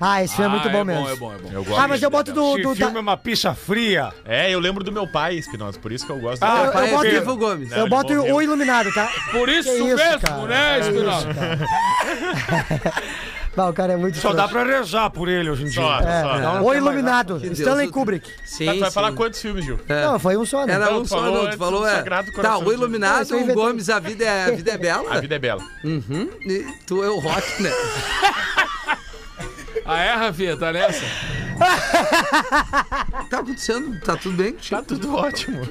Speaker 6: Ah, esse filme é muito bom mesmo.
Speaker 5: É bom, é bom, é bom.
Speaker 6: Ah, mas eu boto do.
Speaker 7: Esse
Speaker 6: do-
Speaker 7: filme
Speaker 6: da-
Speaker 7: é uma pizza fria.
Speaker 8: É, eu lembro do meu pai, Espinosa, por isso que eu gosto.
Speaker 7: Ah,
Speaker 8: dele.
Speaker 6: eu-
Speaker 4: Pai, é
Speaker 6: boto-
Speaker 4: Vivo Gomes.
Speaker 8: Não,
Speaker 6: Eu
Speaker 8: ele
Speaker 6: boto
Speaker 8: morreu.
Speaker 6: o iluminado, tá?
Speaker 5: Por isso,
Speaker 6: Que isso,
Speaker 5: mesmo,
Speaker 6: cara.
Speaker 5: né,
Speaker 6: Que
Speaker 5: Espinosa?
Speaker 6: isso, cara. Não, o cara é muito
Speaker 7: Só dá
Speaker 6: trouxa.
Speaker 7: pra rezar por ele hoje em dia.
Speaker 8: Só,
Speaker 6: É,
Speaker 8: só.
Speaker 6: o iluminado,
Speaker 4: Deus,
Speaker 6: Stanley
Speaker 4: eu-
Speaker 6: Kubrick.
Speaker 4: Sim,
Speaker 8: Tá, tu vai
Speaker 4: sim.
Speaker 8: falar quantos filmes, Gil?
Speaker 4: É.
Speaker 6: Não, foi um só, né?
Speaker 4: Era
Speaker 8: Não,
Speaker 4: um
Speaker 8: tu
Speaker 4: só,
Speaker 8: falou
Speaker 4: não,
Speaker 8: antes
Speaker 4: tu
Speaker 8: do
Speaker 4: falou, é.
Speaker 8: Sagrado Coração
Speaker 4: Tá,
Speaker 8: de
Speaker 4: o
Speaker 8: Jesus.
Speaker 6: Não,
Speaker 4: Iluminado,
Speaker 6: isso eu
Speaker 4: o
Speaker 6: inventei.
Speaker 4: Gomes, a vida é, a vida é
Speaker 8: A
Speaker 4: bela.
Speaker 8: Vida é Bela.
Speaker 4: Uhum. E tu é o rock, né?
Speaker 5: Ah, é, Rafinha, tá nessa?
Speaker 4: tá acontecendo? Tá tudo bem?
Speaker 8: Tá tudo ótimo.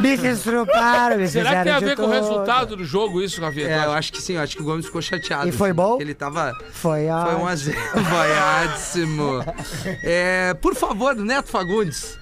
Speaker 6: Me destruparam, me
Speaker 5: Será que tem a
Speaker 6: fizeram de
Speaker 5: ver com o
Speaker 6: tudo.
Speaker 5: resultado do jogo, isso, Rafinha? Tá-
Speaker 4: É,
Speaker 5: Tu
Speaker 4: eu
Speaker 5: acha?
Speaker 4: acho que sim, eu acho que o Gomes ficou chateado.
Speaker 6: E foi
Speaker 4: assim,
Speaker 6: bom?
Speaker 4: porque Ele tava.
Speaker 6: Foi a.
Speaker 4: Foi um a zero, vaiadíssimo. É, por favor, Neto Fagundes.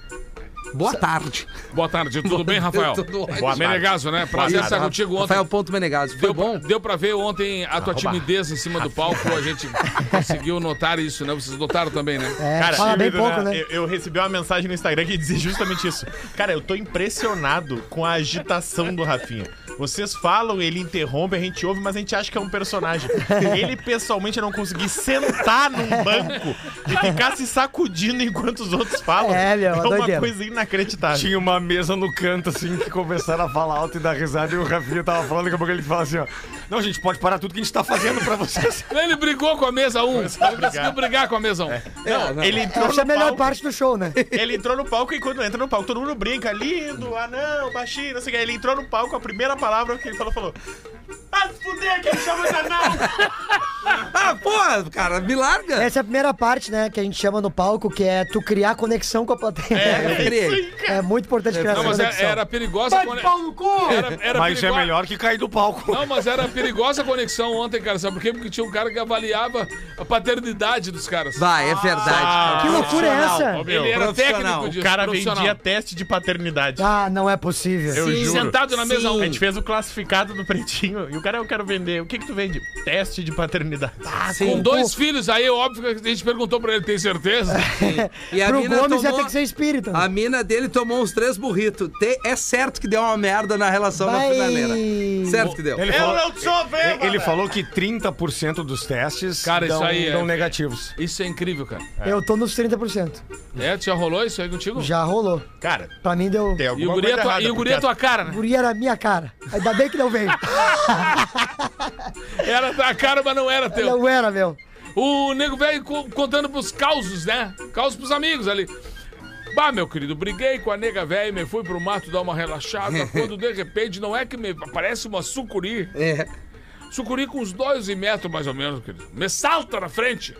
Speaker 4: Boa tarde.
Speaker 5: Boa tarde, tudo bem, Rafael?
Speaker 4: Tudo ótimo.
Speaker 8: Boa tarde.
Speaker 5: Menegaso, né? Prazer estar contigo ontem.
Speaker 4: Rafael Ponto Menegazzi. Foi
Speaker 5: Deu,
Speaker 4: bom?
Speaker 5: deu pra ver ontem a tua timidez em cima do palco, a gente conseguiu notar isso, né? Vocês notaram também, né?
Speaker 6: É, fala bem
Speaker 8: tímido,
Speaker 6: pouco, né?
Speaker 8: Eu, eu recebi uma mensagem no Instagram que dizia justamente isso. Cara, eu tô impressionado com a agitação do Rafinha. Vocês falam, ele interrompe, a gente ouve, mas a gente acha que é um personagem. Ele pessoalmente não conseguir sentar num banco e ficar se sacudindo enquanto os outros falam.
Speaker 6: É, meu,
Speaker 8: é
Speaker 6: uma
Speaker 8: uma
Speaker 6: doideira.
Speaker 8: coisa inacreditável.
Speaker 7: Tinha uma mesa no canto, assim, que começaram a falar alto e dar risada. E o Rafinha tava falando, daqui a pouco ele fala assim, ó. Não, gente, pode parar tudo que a gente tá fazendo pra vocês.
Speaker 5: Ele brigou com a mesa 1. Ele conseguiu brigar com a mesa 1.
Speaker 4: Não, não.
Speaker 8: Ele entrou,
Speaker 6: Essa é a
Speaker 8: no
Speaker 6: melhor
Speaker 8: palco,
Speaker 6: parte do show, né?
Speaker 8: ele entrou no palco e quando entra no palco, todo mundo brinca, lindo, anão, baixinho, não sei o que. Ele entrou no palco, a primeira palavra que ele falou, falou... Ah, se fuder, que ele chama de anão!
Speaker 4: Ah, pô, cara, me larga.
Speaker 6: Essa é a primeira parte, né, que a gente chama no palco, que é tu criar conexão com a plateia.
Speaker 4: eu criei.
Speaker 6: É, muito importante criar essa é
Speaker 5: Não, mas é, era,
Speaker 6: conexão.
Speaker 5: era perigosa. Vai pau no cu! Era, era
Speaker 7: Mas é
Speaker 5: perigo-
Speaker 7: melhor que cair do palco.
Speaker 5: Não, mas era perigosa a conexão ontem, cara. Sabe por quê? Porque tinha um cara que avaliava a paternidade dos caras.
Speaker 4: Vai, é
Speaker 5: Ah,
Speaker 4: verdade.
Speaker 6: Que loucura é essa?
Speaker 8: Ó, meu,
Speaker 5: Ele era
Speaker 4: Profissional.
Speaker 5: técnico
Speaker 8: O
Speaker 5: disso.
Speaker 8: cara
Speaker 5: profissional.
Speaker 8: vendia teste de paternidade.
Speaker 6: Ah, não é possível.
Speaker 8: Eu
Speaker 4: Sim.
Speaker 8: juro.
Speaker 5: Sentado na mesa
Speaker 4: Sim.
Speaker 8: A gente fez o classificado do pretinho e o cara eu quero vender. O que que tu vende? Teste de paternidade.
Speaker 5: Ah, Com
Speaker 4: Sim.
Speaker 5: dois filhos aí, óbvio que a gente perguntou pra ele, tem certeza?
Speaker 4: E a
Speaker 6: Pro
Speaker 4: mina
Speaker 6: Gomes ia
Speaker 4: tomou-
Speaker 6: ter que ser espírita. né?
Speaker 4: A mina dele tomou uns três burritos. Te- É certo que deu uma merda na relação
Speaker 6: Vai.
Speaker 4: na finaleira. Certo que deu.
Speaker 7: Ele
Speaker 8: sou velho.
Speaker 7: Ele falou que 30% dos testes
Speaker 5: É, Cara,
Speaker 7: dão,
Speaker 5: isso aí é-
Speaker 7: dão negativos.
Speaker 5: Isso é incrível, cara.
Speaker 6: Eu tô nos 30%.
Speaker 5: É, já rolou isso aí contigo?
Speaker 6: Já rolou.
Speaker 8: Cara,
Speaker 6: Pra mim deu.
Speaker 8: tem
Speaker 5: E o
Speaker 8: alguma
Speaker 5: guri é
Speaker 8: coisa
Speaker 5: tua,
Speaker 8: errada.
Speaker 5: e o guri é
Speaker 8: porque
Speaker 5: tua cara, né?
Speaker 6: Guria era minha cara. Ainda bem que não veio.
Speaker 5: Era da cara, mas não era teu.
Speaker 6: Não era, meu.
Speaker 5: O nego velho co- contando pros causos, né? Causos pros amigos ali. Bah, meu querido, briguei com a nega velha, me fui pro mato dar uma relaxada, quando de repente não é que me aparece uma sucuri.
Speaker 6: tá
Speaker 4: É.
Speaker 5: Sucuri com uns 12 metros mais ou menos, querido. Me salta na frente.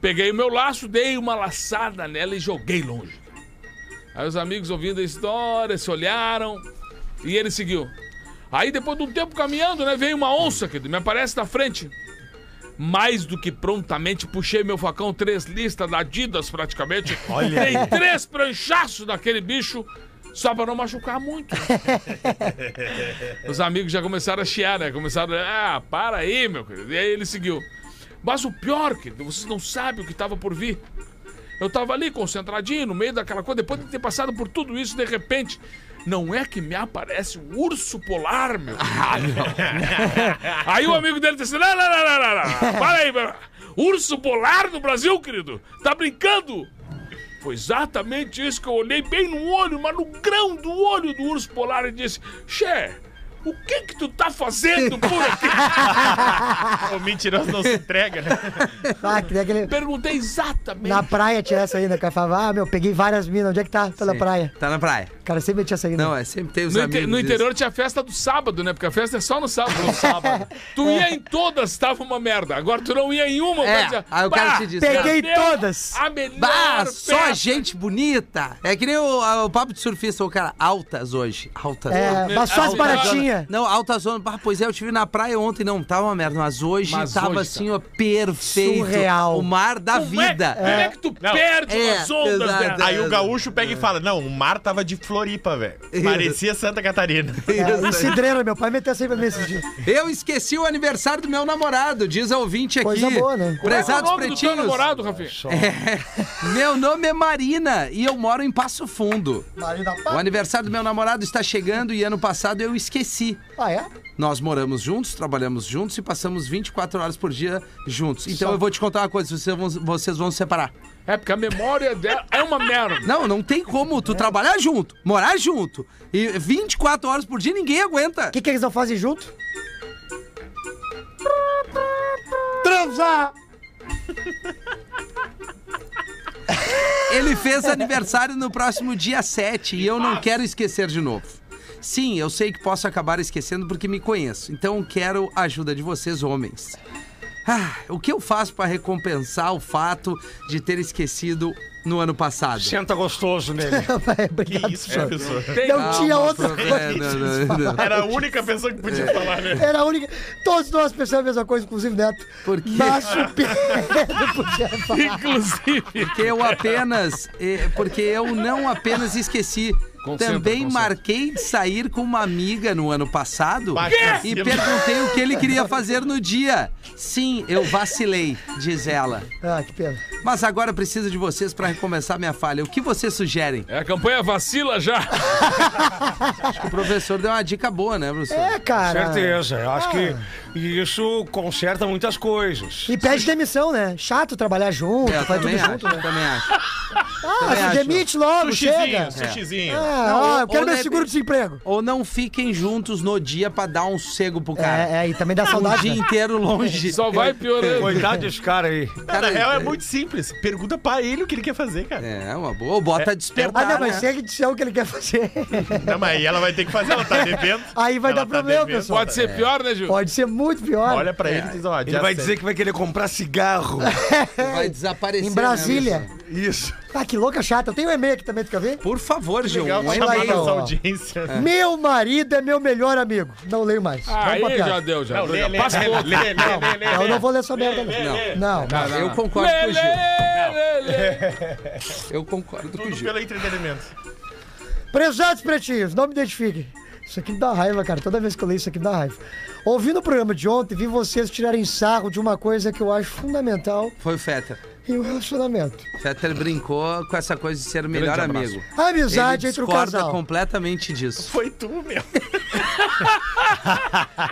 Speaker 5: Peguei o meu laço, dei uma laçada nela e joguei longe. Aí os amigos ouvindo a história se olharam e ele seguiu. Aí depois de um tempo caminhando, né, veio uma onça, querido, me aparece na frente. Mais do que prontamente puxei meu facão, três listas da Adidas praticamente.
Speaker 7: Olha aí.
Speaker 5: Dei três pranchaços daquele bicho só pra não machucar muito. Os amigos já começaram a chiar, né? Começaram a. Ah, para aí, meu querido. E aí ele seguiu. Mas o pior, querido, vocês não sabem o que tava por vir. Eu tava ali concentradinho, no meio daquela coisa, depois de ter passado por tudo isso, de repente. Não é que me aparece um urso polar, meu. aí o amigo dele tá disse: não, não, não, não, não, não. Para aí, para aí. urso polar no Brasil, querido? Tá brincando? Foi exatamente isso que eu olhei bem no olho, mas no grão do olho do urso polar e disse: Xé, o que que tu tá fazendo por aqui?
Speaker 8: O mentiroso não se entrega, né?
Speaker 6: Ah, que nem aquele...
Speaker 5: Perguntei exatamente.
Speaker 6: Na praia tinha essa ainda, cara falava, ah, meu, peguei várias minas, onde é que tá? Tá na
Speaker 4: Sim.
Speaker 6: praia.
Speaker 4: Tá na praia.
Speaker 6: Cara, sempre tinha essa ainda.
Speaker 4: Não, é sempre tem os
Speaker 5: No,
Speaker 4: amigos.
Speaker 5: inte- no
Speaker 4: disso.
Speaker 5: interior tinha a festa do sábado, né? Porque a festa é só no sábado. No sábado. tu ia em todas, tava uma merda. Agora tu não ia em uma.
Speaker 4: É,
Speaker 5: mas dizia,
Speaker 4: aí o cara
Speaker 5: "Bah,
Speaker 4: te diz,
Speaker 6: Peguei
Speaker 5: perdeu
Speaker 6: todas.
Speaker 5: A melhor
Speaker 4: Bah, só
Speaker 5: festa."
Speaker 4: gente bonita. É que nem o, o papo de surfista, o cara, altas hoje. Altas.
Speaker 6: É, mas só as
Speaker 5: Ah,
Speaker 6: baratinhas.
Speaker 4: Não, alta zona. Ah, pois é, eu tive na praia ontem, não tava uma merda, mas hoje
Speaker 5: Mas
Speaker 4: tava
Speaker 5: hoje, tá.
Speaker 4: assim, ó, perfeito.
Speaker 6: Surreal.
Speaker 4: O mar da
Speaker 5: Como é-
Speaker 4: vida.
Speaker 5: Como é, que tu
Speaker 8: Não.
Speaker 5: perde
Speaker 4: É,
Speaker 5: umas ondas,
Speaker 4: exato.
Speaker 5: né?
Speaker 8: Aí o gaúcho pega e fala: Não, o mar tava de Floripa, velho. Parecia Santa Catarina.
Speaker 6: É, e cidreira, meu pai meteu sempre pra mim esses dias.
Speaker 4: Eu esqueci o aniversário do meu namorado, diz a ouvinte aqui.
Speaker 6: Coisa boa, né?
Speaker 5: Qual é o
Speaker 4: Prezados
Speaker 5: nome do teu
Speaker 4: pretinhos.
Speaker 5: namorado, Rafinha?
Speaker 4: Meu nome é Marina e eu moro em Passo Fundo.
Speaker 6: Marido da
Speaker 4: O
Speaker 6: pá.
Speaker 4: aniversário do meu namorado está chegando e ano passado eu esqueci.
Speaker 6: Ah, é?
Speaker 4: Nós moramos juntos, trabalhamos juntos e passamos 24 horas por dia juntos. Então eu vou te contar uma coisa, vocês vão, vocês vão se separar.
Speaker 5: É porque a memória dela é uma merda.
Speaker 4: Não, não tem como tu trabalhar junto, morar junto e 24 horas por dia ninguém aguenta.
Speaker 6: O que, que eles não fazem junto?
Speaker 4: Ele fez aniversário no próximo dia 7 e eu não quero esquecer de novo. Sim, eu sei que posso acabar esquecendo porque me conheço. Então quero a ajuda de vocês, homens. Ah, o que eu faço para recompensar o fato de ter esquecido no ano passado?
Speaker 7: Senta é gostoso nele.
Speaker 6: Vai,
Speaker 8: Que
Speaker 6: É, Obrigado,
Speaker 8: isso,
Speaker 6: senhor.
Speaker 8: professor?
Speaker 6: Não tinha outra
Speaker 4: É,
Speaker 6: coisa.
Speaker 4: não, não, não.
Speaker 8: Era a única pessoa que podia falar, né?
Speaker 6: Era a única. Todos nós pensamos a mesma coisa, inclusive Neto.
Speaker 4: Por quê?
Speaker 6: Mas o Pedro podia falar.
Speaker 5: Inclusive.
Speaker 4: Porque eu apenas. eh, Porque eu não apenas esqueci.
Speaker 5: Concentra,
Speaker 4: Também
Speaker 5: concentra.
Speaker 4: marquei de sair com uma amiga no ano passado
Speaker 8: Baixa
Speaker 4: e
Speaker 8: vacilo.
Speaker 4: perguntei o que ele queria fazer no dia. Sim, eu vacilei, diz ela.
Speaker 6: Ah, que pena.
Speaker 4: Mas agora preciso de vocês para recomeçar minha falha. O que vocês sugerem?
Speaker 5: É a campanha vacila já.
Speaker 4: Acho que o professor deu uma dica boa, né, professor?
Speaker 6: É, cara.
Speaker 7: Certeza. Eu acho que isso conserta muitas coisas.
Speaker 6: E pede demissão, né? Chato trabalhar junto,
Speaker 4: É, eu
Speaker 6: faz tá tudo
Speaker 4: também acho,
Speaker 6: junto. né?
Speaker 4: eu também acho.
Speaker 6: Ah,
Speaker 4: também
Speaker 6: se
Speaker 4: acho.
Speaker 6: demite
Speaker 8: Um
Speaker 6: logo, chega. É.
Speaker 8: Sushizinho, sushizinho.
Speaker 6: Ah,
Speaker 4: Não,
Speaker 6: ó,
Speaker 4: ou-
Speaker 6: eu quero
Speaker 4: ou
Speaker 6: meu
Speaker 4: de-
Speaker 6: seguro-desemprego.
Speaker 4: Ou não fiquem juntos no dia para dar um sossego pro cara.
Speaker 6: É, é, e também dá
Speaker 4: Um
Speaker 6: saudade.
Speaker 4: dia
Speaker 6: né?
Speaker 4: inteiro longe.
Speaker 5: Só vai piorando.
Speaker 7: Coitado desse cara aí.
Speaker 8: Na
Speaker 4: Cara,
Speaker 8: real, é muito simples. Pergunta pra ele o que ele quer fazer, cara.
Speaker 4: É, uma boa. Ou bota despertar.
Speaker 6: Ah, não, mas
Speaker 4: né?
Speaker 6: segue de céu o que ele quer fazer.
Speaker 8: Não, mas aí ela vai ter que fazer, ela tá devendo.
Speaker 6: Aí vai
Speaker 8: Ela tá
Speaker 6: dar problema,
Speaker 8: devendo.
Speaker 6: pessoal.
Speaker 5: Pode ser pior, né, Ju?
Speaker 6: Pode ser muito pior.
Speaker 8: Olha pra ele e diz, ó,
Speaker 7: Ele vai dizer que vai querer comprar cigarro.
Speaker 4: Vai desaparecer.
Speaker 6: em
Speaker 4: né,
Speaker 6: Brasília.
Speaker 4: Luciano?
Speaker 7: Isso.
Speaker 6: ah, que louca chata. Eu tenho um e-mail aqui também, tu quer ver?
Speaker 4: Por favor, Gil.
Speaker 8: Legal,
Speaker 4: um
Speaker 8: chamar
Speaker 4: e-mail.
Speaker 8: nossa
Speaker 6: ó.
Speaker 8: audiência.
Speaker 6: Meu marido é meu melhor amigo. Não leio mais.
Speaker 5: Aí
Speaker 6: pra piada.
Speaker 5: já deu, já.
Speaker 8: Não, lê,
Speaker 5: Já
Speaker 8: lê,
Speaker 5: Passa pro
Speaker 8: lê,
Speaker 5: outro.
Speaker 8: lê, lê, lê, lê,
Speaker 6: Eu
Speaker 8: lê.
Speaker 6: não vou ler essa merda, não. Não, não.
Speaker 4: Eu concordo
Speaker 5: Lê,
Speaker 4: com o Gil.
Speaker 5: lê, lê, lê.
Speaker 4: Eu concordo com o
Speaker 8: Tudo
Speaker 4: Gil.
Speaker 8: pelo entretenimento.
Speaker 6: Prezados pretinhos, não me identifiquem. Isso aqui me dá raiva, cara. Toda vez que eu leio isso aqui me dá raiva. Ouvindo o programa de ontem, vi vocês tirarem sarro de uma coisa que eu acho fundamental
Speaker 4: Foi o Fetter.
Speaker 6: em um relacionamento.
Speaker 4: Fetter brincou com essa coisa de ser o melhor
Speaker 5: Grande abraço.
Speaker 4: amigo.
Speaker 6: A amizade
Speaker 4: Ele
Speaker 6: entre o
Speaker 4: discorda
Speaker 6: casal.
Speaker 4: completamente disso.
Speaker 8: Foi tu, meu.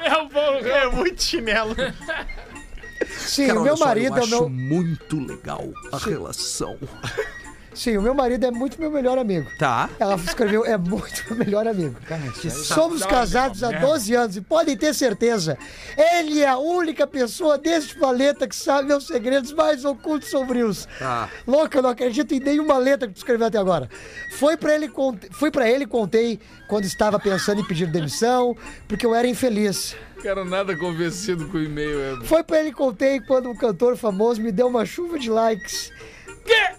Speaker 5: É o Paulo Ramos.
Speaker 8: É muito chinelo.
Speaker 6: Sim,
Speaker 3: Cara,
Speaker 6: o
Speaker 3: olha
Speaker 6: meu
Speaker 3: só, eu
Speaker 6: marido é o
Speaker 3: acho
Speaker 6: meu.
Speaker 3: muito legal a relação
Speaker 6: Sim, o meu marido é muito meu melhor amigo.
Speaker 4: Tá.
Speaker 6: Ela escreveu, é muito meu melhor amigo. Somos casados há 12 anos e podem ter certeza. Ele é a única pessoa deste planeta que sabe meus segredos mais ocultos e sombrios.
Speaker 4: Tá.
Speaker 6: Louco, eu não acredito em nenhuma letra que tu escreveu até agora. Foi pra ele, cont- fui pra ele e contei quando estava pensando em pedir demissão, porque eu era infeliz.
Speaker 5: Quero nada convencido com o e-mail, é.
Speaker 6: Foi pra ele que contei quando um cantor famoso me deu uma chuva de likes.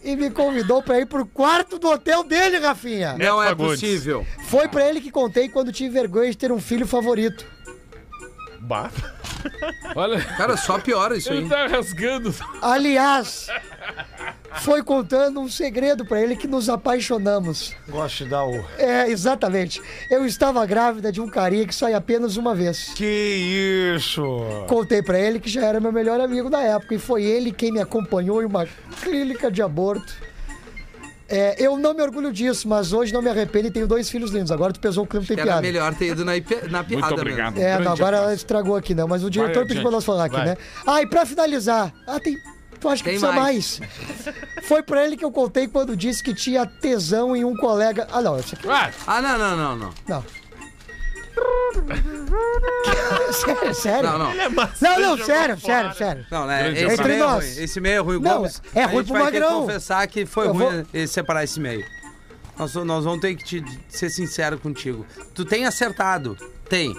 Speaker 6: E me convidou pra ir pro quarto do hotel dele, Rafinha.
Speaker 4: Não é
Speaker 8: Fagundes.
Speaker 4: possível.
Speaker 6: Foi pra ele que contei quando tive vergonha de ter um filho favorito.
Speaker 8: Bah.
Speaker 5: é. Olha,
Speaker 4: Cara, só piora isso aí.
Speaker 5: ele tá rasgando.
Speaker 6: Aliás, foi contando um segredo pra ele que nos apaixonamos.
Speaker 7: Gosto de dar o.
Speaker 6: É, exatamente. Eu estava grávida de um carinha que sai apenas uma vez.
Speaker 7: Que isso!
Speaker 6: Contei pra ele que já era meu melhor amigo da época e foi ele quem me acompanhou em uma clínica de aborto. É, eu não me orgulho disso, mas hoje não me arrependo e tenho dois filhos lindos. Agora tu pesou o clima, tem
Speaker 4: Era
Speaker 6: piada.
Speaker 4: melhor ter ido na, ipe- na piada
Speaker 2: Muito obrigado.
Speaker 4: mesmo.
Speaker 6: É, não,
Speaker 2: Grande
Speaker 6: agora
Speaker 2: abraço.
Speaker 6: ela estragou aqui, não. Mas o diretor pediu pra nós falar aqui,
Speaker 8: vai.
Speaker 6: né? Ah, e pra finalizar. Ah, tem. Tu acha que
Speaker 4: Tem
Speaker 6: precisa mais. Foi pra ele que eu contei quando disse que tinha tesão em um colega. Ah, não, isso aqui.
Speaker 5: Ah,
Speaker 4: Ah, não, não, não, não.
Speaker 6: Não. sério, sério?
Speaker 4: Não, não.
Speaker 8: É
Speaker 6: Não, não, sério, sério, sério.
Speaker 4: Não, né?
Speaker 5: Grande
Speaker 4: Esse
Speaker 6: abraço.
Speaker 4: meio é
Speaker 6: Entre
Speaker 4: ruim.
Speaker 6: nós.
Speaker 4: Esse meio é ruim. O
Speaker 6: Não,
Speaker 4: Gomes,
Speaker 6: é
Speaker 4: a
Speaker 6: ruim
Speaker 4: gente
Speaker 6: pro
Speaker 4: vai Ter que
Speaker 6: Magrão.
Speaker 4: confessar que foi
Speaker 6: Eu
Speaker 4: ruim
Speaker 6: vou-
Speaker 4: eh, separar esse meio. Nós, vamos- nós vamos ter que te ser sincero contigo. Tu tem acertado. Tem.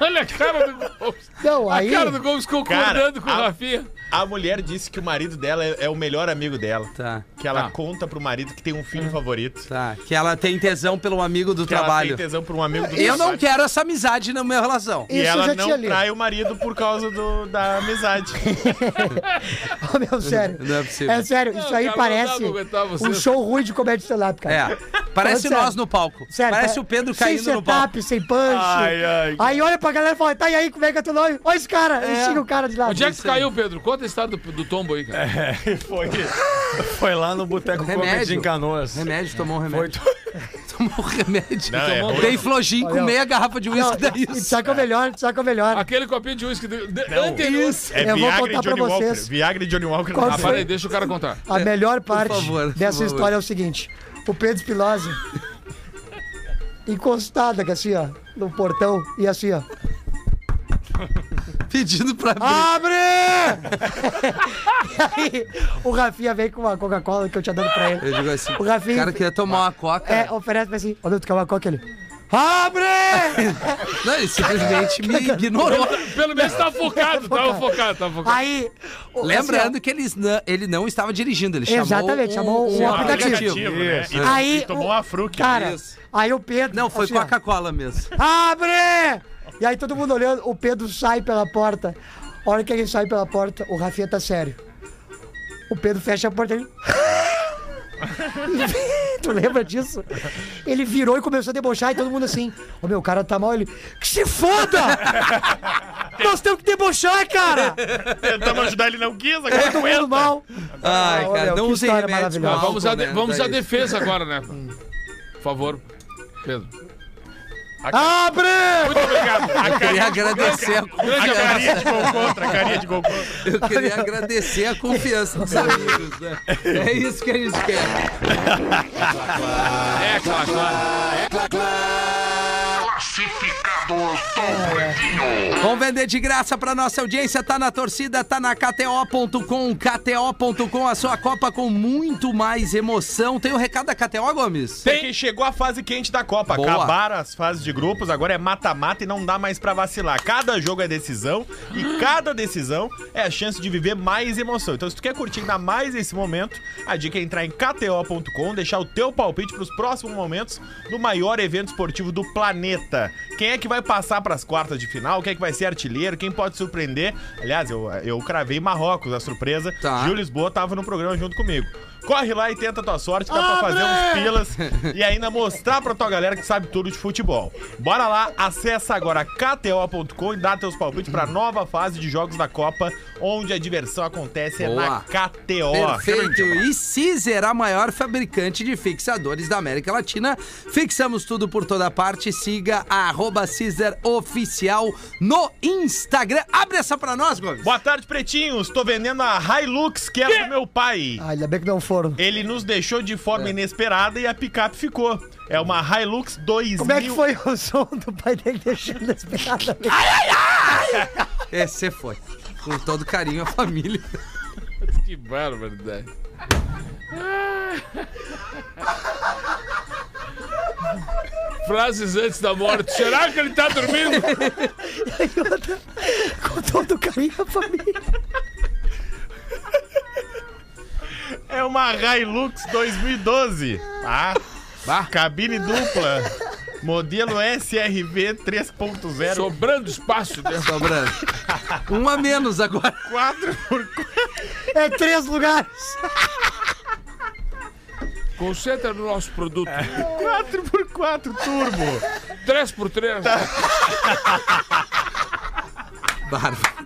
Speaker 5: olha a cara do Gomes.
Speaker 6: Não,
Speaker 5: A
Speaker 6: aí.
Speaker 5: cara do Gomes concordando
Speaker 8: Cara,
Speaker 5: com o
Speaker 8: a-
Speaker 5: Rafinha.
Speaker 8: A mulher disse que o marido dela é, é o melhor amigo dela.
Speaker 4: Tá,
Speaker 8: Que ela
Speaker 5: Tá.
Speaker 8: conta pro marido que tem um filho favorito.
Speaker 4: tá. Que ela tem tesão pelo amigo do
Speaker 8: Que
Speaker 4: trabalho.
Speaker 8: ela tem tesão por um amigo do
Speaker 4: Eu não
Speaker 8: trabalho.
Speaker 4: quero essa amizade na minha relação.
Speaker 8: E
Speaker 6: Isso eu
Speaker 8: ela
Speaker 6: já tinha
Speaker 8: não
Speaker 6: lido.
Speaker 8: trai o marido por causa do, da amizade.
Speaker 6: Ô, meu, sério.
Speaker 4: Não é possível.
Speaker 6: sério, isso
Speaker 5: Não,
Speaker 6: aí
Speaker 5: cara, não dá
Speaker 6: parece
Speaker 5: pra aguentar você.
Speaker 6: um show ruim de comédia stand-up, cara.
Speaker 4: É. Parece
Speaker 6: Falando
Speaker 4: nós
Speaker 6: sério.
Speaker 4: no palco.
Speaker 6: Sério,
Speaker 4: Parece
Speaker 6: tá-
Speaker 4: o Pedro
Speaker 6: sem
Speaker 4: caindo no palco.
Speaker 6: setup, Sem punch.
Speaker 8: Ai, ai.
Speaker 6: Aí olha pra galera e fala, tá, e aí, como é que é teu nome? Olha esse cara,
Speaker 4: É.
Speaker 6: e tira o cara de lá.
Speaker 5: Onde é que
Speaker 4: isso
Speaker 5: tu caiu, Pedro? Conta a história do, do tombo aí, cara.
Speaker 7: Foi, foi lá no Boteco Comedy
Speaker 4: Remédio.
Speaker 7: em Canoas.
Speaker 4: Remédio, tomou um
Speaker 7: Foi
Speaker 4: remédio.
Speaker 7: tu-
Speaker 4: Tomou um remédio.
Speaker 8: Não, é
Speaker 4: tomou um
Speaker 8: ruim.
Speaker 4: Dei flojinho com
Speaker 6: Olha,
Speaker 4: meia garrafa de
Speaker 6: Não,
Speaker 4: uísque da
Speaker 6: e
Speaker 4: isso.
Speaker 6: sabe que é o melhor, sabe que é o melhor.
Speaker 5: Aquele copinho de uísque de- de-
Speaker 8: Não.
Speaker 5: anterior.
Speaker 8: É
Speaker 6: Eu vou
Speaker 8: Viagra
Speaker 6: contar
Speaker 8: e Johnny
Speaker 6: pra
Speaker 8: Walker.
Speaker 6: vocês.
Speaker 8: Viagra e Johnny Walker.
Speaker 6: Qual
Speaker 5: Ah,
Speaker 6: foi?
Speaker 5: para aí, deixa o cara contar.
Speaker 6: A melhor parte
Speaker 4: favor, por
Speaker 6: dessa
Speaker 4: favor.
Speaker 6: história é o seguinte: o Pedro Spinoza, encostada, que assim, ó, no portão, e assim, ó.
Speaker 4: Pedindo pra
Speaker 6: Ah,
Speaker 4: abrir.
Speaker 6: Abre! Aí, o Rafinha vem com uma Coca-Cola que eu tinha dado pra ele.
Speaker 4: Eu digo assim,
Speaker 6: O
Speaker 4: o,
Speaker 6: Rafinha-
Speaker 4: cara queria tomar uma coca.
Speaker 6: É, oferece pra assim, olha, tu quer uma Coca? Ele. Abre!
Speaker 4: Não, ele simplesmente me ignorou.
Speaker 6: Assim,
Speaker 5: Pelo menos tá focado, tava focado, tava focado.
Speaker 6: Aí. o-
Speaker 4: Lembrando
Speaker 6: assim,
Speaker 4: que eles não- ele não estava dirigindo, ele chamou
Speaker 6: Exatamente,
Speaker 4: um-
Speaker 6: chamou um
Speaker 4: um
Speaker 6: aplicativo.
Speaker 8: Ah, né?
Speaker 6: ó,
Speaker 8: E,
Speaker 6: aí,
Speaker 8: e tomou
Speaker 6: o- Tá.
Speaker 8: uma fruque.
Speaker 6: Cara,
Speaker 4: Isso.
Speaker 6: aí o Pedro.
Speaker 4: Não, foi
Speaker 6: assim, ó,
Speaker 4: Coca-Cola mesmo.
Speaker 6: Abre! E aí todo mundo olhando, o Pedro sai pela porta. A hora que ele sai pela porta, o Rafinha tá sério. O Pedro fecha a porta ele. tu lembra disso? Ele virou e começou a debochar e todo mundo assim, ô meu, o cara tá mal, ele. Que se foda! Nós temos que debochar, cara!
Speaker 8: Tentamos ajudar ele, não quis. Agora
Speaker 6: Todo mundo mal.
Speaker 4: Ai,
Speaker 6: olha,
Speaker 4: cara, não
Speaker 6: que
Speaker 4: usem
Speaker 6: história
Speaker 4: remédio.
Speaker 6: maravilhosa.
Speaker 5: Tá, vamos à
Speaker 4: a
Speaker 5: de- vamos à defesa agora, né? Por favor, Pedro.
Speaker 6: Abre!
Speaker 8: Muito obrigado. A
Speaker 4: Queria
Speaker 8: carinha,
Speaker 4: agradecer a
Speaker 8: a
Speaker 4: confiança.
Speaker 8: carinha de gol contra, a carinha de gol contra.
Speaker 4: Eu queria agradecer a confiança dos amigos, né? É isso que a gente quer.
Speaker 5: É, claro, claro.
Speaker 4: Vamos vender de graça pra nossa audiência. Tá na torcida, tá na KTO.com. KTO.com, a sua Copa com muito mais emoção. Tem o recado da KTO, Gomes?
Speaker 8: Tem que chegou a fase quente da Copa.
Speaker 4: Boa.
Speaker 8: Acabaram as fases de grupos, agora é mata-mata e não dá mais pra vacilar. Cada jogo é decisão e cada decisão é a chance de viver mais emoção. Então, se tu quer curtir ainda mais esse momento, a dica é entrar em kto.com, deixar o teu palpite pros próximos momentos do maior evento esportivo do planeta. Quem é que vai passar pras quartas de final? Quem é que vai ser artilheiro? Quem pode surpreender? Aliás, eu, eu cravei Marrocos, a surpresa.
Speaker 4: Tá.
Speaker 8: Gil Lisboa tava no programa junto comigo. Corre lá e tenta a tua sorte, dá
Speaker 6: Ah,
Speaker 8: pra fazer uns pilas e ainda mostrar pra tua galera que sabe tudo de futebol. Bora lá, acessa agora kto.com e dá teus palpites pra nova fase de jogos da Copa, onde a diversão acontece é
Speaker 4: Boa.
Speaker 8: na KTO.
Speaker 4: Perfeito. E Cizer, a maior fabricante de fixadores da América Latina. Fixamos tudo por toda parte. Siga a arroba Cizer Oficial no Instagram. Abre essa pra nós, Gomes.
Speaker 8: Boa tarde, pretinhos. Tô vendendo a Hilux que era do meu pai.
Speaker 6: Ah, ainda bem que não foram.
Speaker 8: Ele nos deixou de
Speaker 4: É.
Speaker 8: forma inesperada e a picape ficou. É uma Hilux 2000.
Speaker 6: Como é que foi o som do pai dele deixando esse pedaço ali?
Speaker 4: Ah, É, você foi. Com todo carinho, a família.
Speaker 5: Que barbaridade. Frases antes da morte. Será que ele tá dormindo?
Speaker 6: Com todo carinho, a família.
Speaker 8: É uma Hilux 2012. Ah, cabine dupla. Modelo SRV 3.0.
Speaker 5: Sobrando espaço né? dentro.
Speaker 4: Sobrando. Um a menos agora.
Speaker 8: 4x4.
Speaker 6: É três lugares.
Speaker 5: Concentra no nosso produto.
Speaker 8: 4x4 turbo.
Speaker 5: 3x3.
Speaker 4: Bárbaro.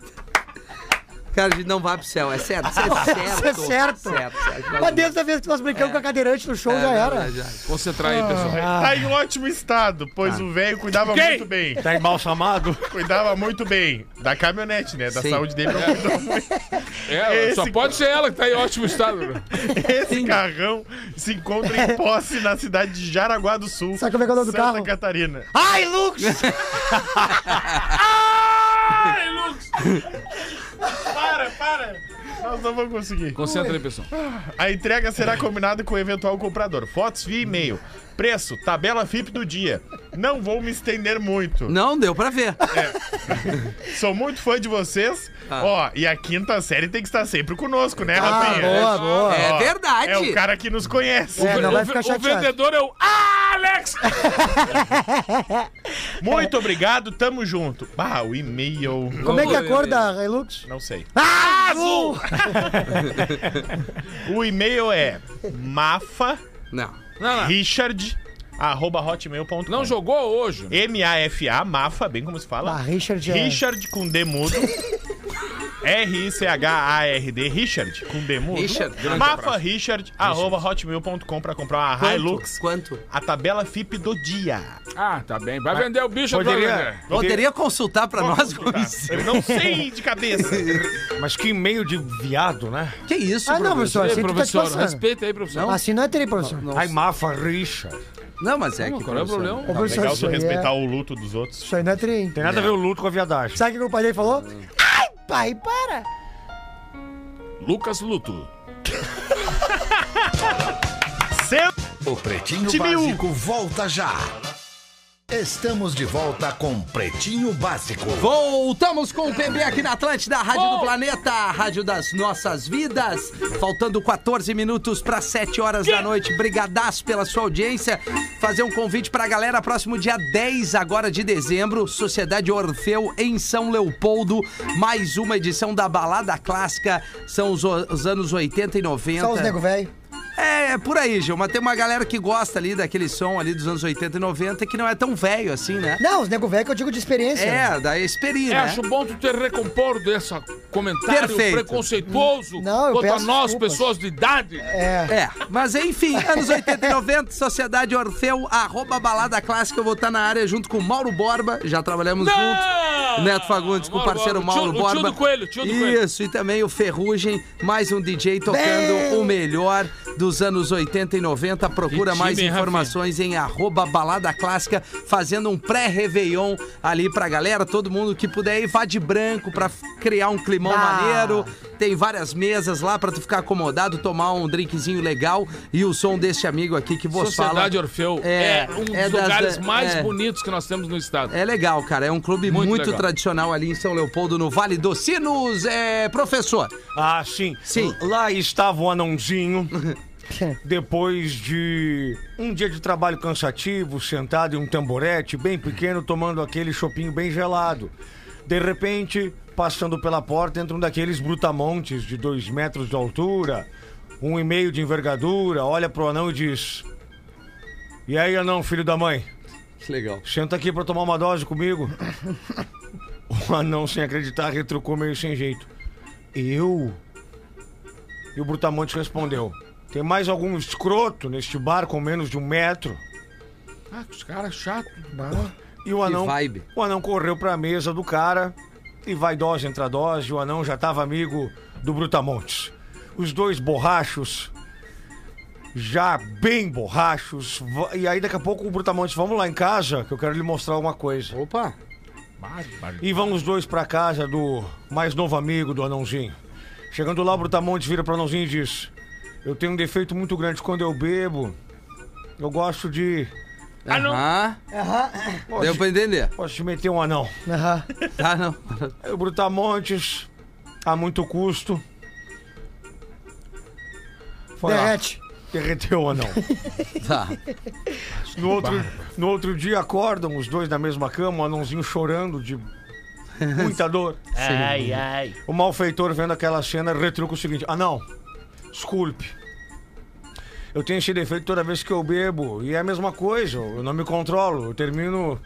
Speaker 4: Cara, a gente não vai pro céu. É certo, isso é certo.
Speaker 6: Isso é certo.
Speaker 4: certo, certo.
Speaker 6: Mas É desde a vez que nós
Speaker 4: É.
Speaker 6: brincamos com a cadeirante no show, já era.
Speaker 5: Concentrar aí, pessoal.
Speaker 8: Tá em ótimo estado, pois o velho cuidava
Speaker 5: Quem?
Speaker 8: muito bem.
Speaker 7: Tá embalsamado?
Speaker 8: Cuidava muito bem da caminhonete, né? Da
Speaker 4: Sim.
Speaker 8: saúde dele. não cuidou muito.
Speaker 5: É, só
Speaker 8: Esse-
Speaker 5: pode ser ela que tá em ótimo estado. né?
Speaker 8: Esse carrão se encontra em posse na cidade de Jaraguá do Sul.
Speaker 6: Sabe como é que é o nome do
Speaker 8: Santa
Speaker 6: carro?
Speaker 8: Catarina.
Speaker 6: Ai, Lux!
Speaker 5: Ai, Lucas!
Speaker 8: Para, para! Nós não vamos conseguir.
Speaker 5: Concentra aí, pessoal.
Speaker 8: A entrega será combinada com o eventual comprador. Fotos via e-mail. Preço, tabela FIP do dia. Não vou me estender muito.
Speaker 4: Não deu pra ver.
Speaker 8: Sou muito fã de vocês.
Speaker 4: Tá.
Speaker 8: Ó, e a quinta série tem que estar sempre conosco, né,
Speaker 6: Ah,
Speaker 8: Rafinha?
Speaker 6: boa, boa.
Speaker 4: É verdade.
Speaker 8: É o cara que nos conhece.
Speaker 6: É, não
Speaker 5: o,
Speaker 6: vai
Speaker 5: ve-
Speaker 6: ficar
Speaker 5: o
Speaker 6: chateado.
Speaker 5: vendedor é o Alex!
Speaker 8: Muito obrigado, tamo junto. Ah, o e-mail.
Speaker 6: Como é que é a cor da Hilux?
Speaker 8: Não sei.
Speaker 6: Ah, azul!
Speaker 8: O e-mail é mafa
Speaker 4: Não.
Speaker 5: Não, não.
Speaker 8: richard arroba hotmail.com.
Speaker 5: Não jogou hoje.
Speaker 8: M-A-F-A, mafa, bem como se fala.
Speaker 6: Ah, Richard é-
Speaker 8: Richard com D mudo. R-I-C-H-A-R-D, Richard com D mudo.
Speaker 4: Richard, grande
Speaker 8: mafa Richard, arroba hotmail.com pra comprar uma
Speaker 4: Quanto?
Speaker 8: Hilux.
Speaker 4: Quanto?
Speaker 8: A tabela FIP do dia.
Speaker 5: Ah, tá bem. Vai vender o bicho
Speaker 7: Poderia.
Speaker 5: agora.
Speaker 4: Poderia consultar pra nós, Gomes?
Speaker 8: Eu não sei de cabeça.
Speaker 7: Mas que e-mail de viado, né?
Speaker 4: Que isso,
Speaker 6: Ah, não,
Speaker 4: professor?
Speaker 6: professor,
Speaker 5: Ei,
Speaker 6: assim tu tá te
Speaker 5: professor,
Speaker 6: passando.
Speaker 5: respeita aí, professor. Não,
Speaker 6: Assim não é tri, professor.
Speaker 4: Não,
Speaker 7: Ai, Mafa Richard.
Speaker 4: não, mas é que.
Speaker 5: qual é o
Speaker 4: professor,
Speaker 5: problema?
Speaker 6: Ô, professor,
Speaker 8: Legal tu
Speaker 6: isso aí
Speaker 8: respeitar
Speaker 6: é...
Speaker 8: o luto dos outros.
Speaker 6: Isso aí não é tri, hein?
Speaker 7: Tem nada a ver o luto com a viadagem.
Speaker 6: Sabe o que o pai dele falou?
Speaker 4: Hum.
Speaker 6: Ai, pai, para!
Speaker 5: Lucas Luto.
Speaker 8: Seu
Speaker 2: O Pretinho
Speaker 8: Time um.
Speaker 2: Básico volta já. Estamos de volta com Pretinho Básico.
Speaker 4: Voltamos com o PB aqui na Atlântida, a Rádio do
Speaker 5: Oh.
Speaker 4: Planeta, a Rádio das Nossas Vidas. Faltando 14 minutos para 7 horas da noite. Brigadaço pela sua audiência. Fazer um convite pra galera, próximo dia 10 agora de dezembro, Sociedade Orfeu em São Leopoldo. Mais uma edição da Balada Clássica. São os, o- os anos 80 e 90.
Speaker 6: Só os nego velho.
Speaker 4: É, é por aí, Gil. Mas tem uma galera que gosta ali daquele som ali dos anos 80 e 90 que não é tão velho assim, né?
Speaker 6: Não, os nego velho que eu digo de experiência.
Speaker 4: É, da experiência.
Speaker 5: É,
Speaker 4: né?
Speaker 5: acho bom tu ter recompor dessa comentário
Speaker 4: Perfeito.
Speaker 5: preconceituoso
Speaker 6: Não, eu
Speaker 5: quanto a
Speaker 6: peço
Speaker 5: nós,
Speaker 6: desculpas.
Speaker 5: pessoas de idade.
Speaker 6: É.
Speaker 4: É, mas enfim, anos 80 e 90, Sociedade Orfeu, arroba balada clássica, eu vou estar na área junto com o Mauro Borba, já trabalhamos juntos. Neto Fagundes com o
Speaker 5: Mauro
Speaker 4: parceiro
Speaker 5: Borba, o tio-
Speaker 4: Mauro
Speaker 5: o
Speaker 4: Borba.
Speaker 5: tio do Coelho, tio do Coelho.
Speaker 4: Isso, e também o Ferrugem, mais um DJ tocando
Speaker 6: Bem!
Speaker 4: o melhor dos anos 80 e 90. Procura
Speaker 5: Que
Speaker 4: mais
Speaker 5: time, hein,
Speaker 4: informações em arroba balada clássica, fazendo um pré-réveillon ali pra galera, todo mundo que puder ir, vá de branco pra f- criar um climão
Speaker 6: Ah.
Speaker 4: maneiro. Tem várias mesas lá pra tu ficar acomodado, tomar um drinkzinho legal e o som deste amigo aqui que vos
Speaker 5: Sociedade
Speaker 4: fala.
Speaker 5: Orfeu é,
Speaker 4: É,
Speaker 5: um dos
Speaker 4: é das-
Speaker 5: lugares mais
Speaker 4: é.
Speaker 5: bonitos que nós temos no estado.
Speaker 4: É legal, cara. É um clube
Speaker 5: Muito
Speaker 4: muito,
Speaker 5: legal.
Speaker 4: tradicional ali em São Leopoldo, no Vale dos Sinos. É, professor.
Speaker 7: Ah, sim.
Speaker 4: Sim.
Speaker 7: L- Lá estava o anãozinho. Depois de um dia de trabalho cansativo, sentado em um tamborete bem pequeno, tomando aquele chopinho bem gelado. De repente, passando pela porta, entra um daqueles brutamontes de dois metros de altura, um e meio de envergadura, olha pro anão e diz: E aí, anão, filho da mãe?
Speaker 4: Que legal.
Speaker 7: Senta aqui pra tomar uma dose comigo. O anão, sem acreditar, retrucou meio sem jeito. Eu? E o Brutamonte respondeu: Tem mais algum escroto neste bar com menos de um metro?
Speaker 5: Ah, os caras chatos.
Speaker 7: E o anão,
Speaker 4: vibe.
Speaker 7: o anão correu pra mesa do cara e vai dose entra dose. O anão já tava amigo do Brutamontes. Os dois borrachos já bem borrachos. Va- E aí daqui a pouco o Brutamontes, vamos lá em casa, que eu quero lhe mostrar uma coisa.
Speaker 4: Opa!
Speaker 7: E vão os dois pra casa do mais novo amigo do Anãozinho. Chegando lá, o Brutamontes vira pro Anãozinho e diz: Eu tenho um defeito muito grande quando eu bebo. Eu gosto de.
Speaker 5: Ah,
Speaker 4: Aham. Deu
Speaker 7: Posso,
Speaker 4: pra entender.
Speaker 7: posso te meter um anão.
Speaker 6: Aham.
Speaker 4: Tá, não.
Speaker 7: Aí O Brutamontes, a muito custo.
Speaker 6: É,
Speaker 7: Foi lá,
Speaker 6: Derrete.
Speaker 7: derreteu o anão.
Speaker 4: Tá.
Speaker 7: No outro, no outro dia acordam os dois na mesma cama, o anãozinho chorando de muita dor.
Speaker 8: Ai, ai.
Speaker 7: O malfeitor, vendo aquela cena, retruca o seguinte: Anão, desculpe. Eu tenho esse defeito toda vez que eu bebo. E é a mesma coisa, eu não me controlo. Eu termino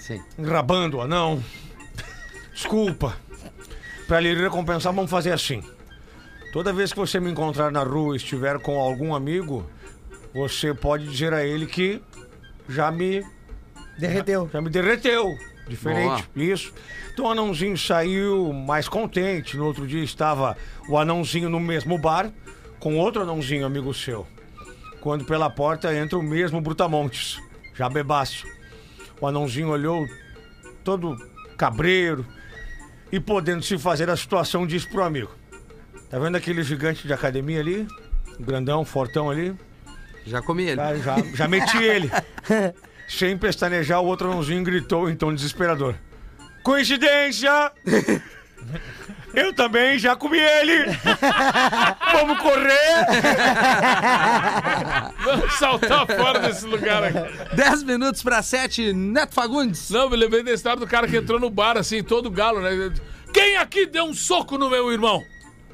Speaker 4: Sim.
Speaker 7: enrabando o anão. Desculpa. Pra lhe recompensar, vamos fazer assim. Toda vez que você me encontrar na rua e estiver com algum amigo, você pode dizer a ele que já me
Speaker 6: Derreteu.
Speaker 7: já me derreteu. Diferente,
Speaker 4: Boa.
Speaker 7: isso. Então o anãozinho saiu mais contente. No outro dia estava o anãozinho no mesmo bar com outro anãozinho, amigo seu. Quando pela porta entra o mesmo Brutamontes, já bebaço. O anãozinho olhou todo cabreiro e podendo se fazer a situação, disse pro amigo: Tá vendo aquele gigante de academia ali? Grandão, fortão ali?
Speaker 4: Já comi ele.
Speaker 7: Já, já, já meti ele. Sem pestanejar, o outro anãozinho gritou em tom desesperador. Coincidência! Eu também já comi ele! Vamos correr!
Speaker 5: Vamos saltar fora desse lugar aqui.
Speaker 4: 10 minutos pra 7, Neto Fagundes.
Speaker 5: Não, me lembrei da história do cara que entrou no bar, assim, todo galo, né? Quem aqui deu um soco no meu irmão?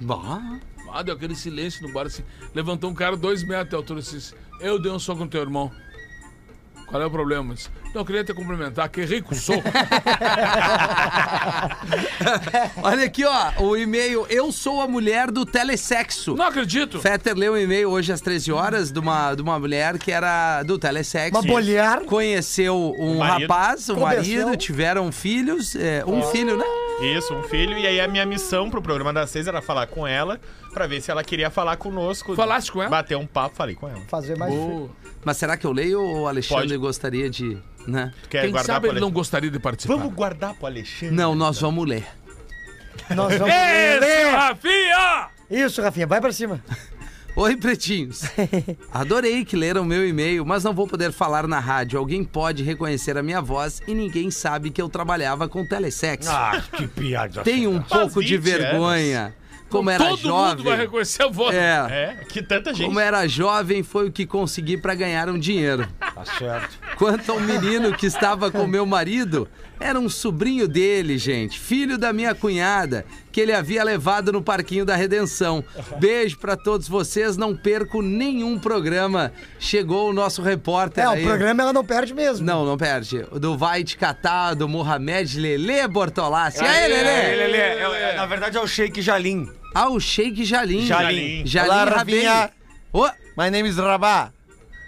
Speaker 4: Bah.
Speaker 5: Ah, deu aquele silêncio no bar, assim. Levantou um cara dois metros de altura e disse, eu dei um soco no teu irmão. Qual é o problema? Disse, Não, eu queria te cumprimentar, que rico soco.
Speaker 4: Olha aqui, ó, o e-mail Eu sou a mulher do telesexo.
Speaker 5: Não acredito.
Speaker 4: Fetter leu um e-mail hoje às 13 horas de uma, de uma mulher que era do telesexo.
Speaker 6: Uma bolhar.
Speaker 4: Conheceu um
Speaker 8: Marido.
Speaker 4: rapaz, um
Speaker 6: Convenceu.
Speaker 4: marido, tiveram filhos, é, um filho, né?
Speaker 8: Isso, um filho. E aí a minha missão pro programa das seis era falar com ela pra ver se ela queria falar conosco.
Speaker 5: Falaste com ela?
Speaker 8: Bater um papo, falei com ela.
Speaker 6: Fazer mais.
Speaker 5: Boa.
Speaker 4: Mas será que eu leio ou o Alexandre
Speaker 8: Pode.
Speaker 4: gostaria de. Né?
Speaker 8: Tu quer
Speaker 5: Quem
Speaker 8: guardar
Speaker 5: sabe
Speaker 8: pro
Speaker 5: ele não
Speaker 8: Alexandre?
Speaker 5: gostaria de participar.
Speaker 8: Vamos guardar pro Alexandre.
Speaker 4: Não, nós vamos ler.
Speaker 6: Nós vamos.
Speaker 7: É
Speaker 5: Esse, Rafinha!
Speaker 6: Isso, Rafinha, vai pra cima.
Speaker 4: Oi, pretinhos. Adorei que leram meu e-mail, mas não vou poder falar na rádio. Alguém pode reconhecer a minha voz e ninguém sabe que eu trabalhava com telesexo.
Speaker 7: Ah, que piada.
Speaker 4: Tenho um
Speaker 8: Faz
Speaker 4: pouco de
Speaker 8: 20 anos.
Speaker 4: vergonha. Como era
Speaker 5: Todo
Speaker 4: jovem.
Speaker 5: mundo vai reconhecer a voz.
Speaker 4: É.
Speaker 8: É, que tanta gente.
Speaker 4: Como era jovem, foi o que consegui pra ganhar um dinheiro.
Speaker 7: Tá certo.
Speaker 4: Quanto ao menino que estava com meu marido, era um sobrinho dele, gente, filho da minha cunhada, que ele havia levado no Parquinho da Redenção. Beijo pra todos vocês, não perco nenhum programa. Chegou o nosso repórter
Speaker 6: É, o
Speaker 4: aí.
Speaker 6: programa ela não perde mesmo.
Speaker 4: Não, não perde. Do Vai Te Catar, do Mohamed Lele Bortolassi. E aí,
Speaker 7: Ele,
Speaker 4: Lele?
Speaker 7: ele, é- é- na verdade é o Sheik Jalim.
Speaker 4: Ah, o Sheik Jalim.
Speaker 7: Jalim.
Speaker 4: Jalim
Speaker 9: Olá,
Speaker 4: Rabin.
Speaker 9: Rafinha.
Speaker 4: Ô,
Speaker 9: My name is Rabá.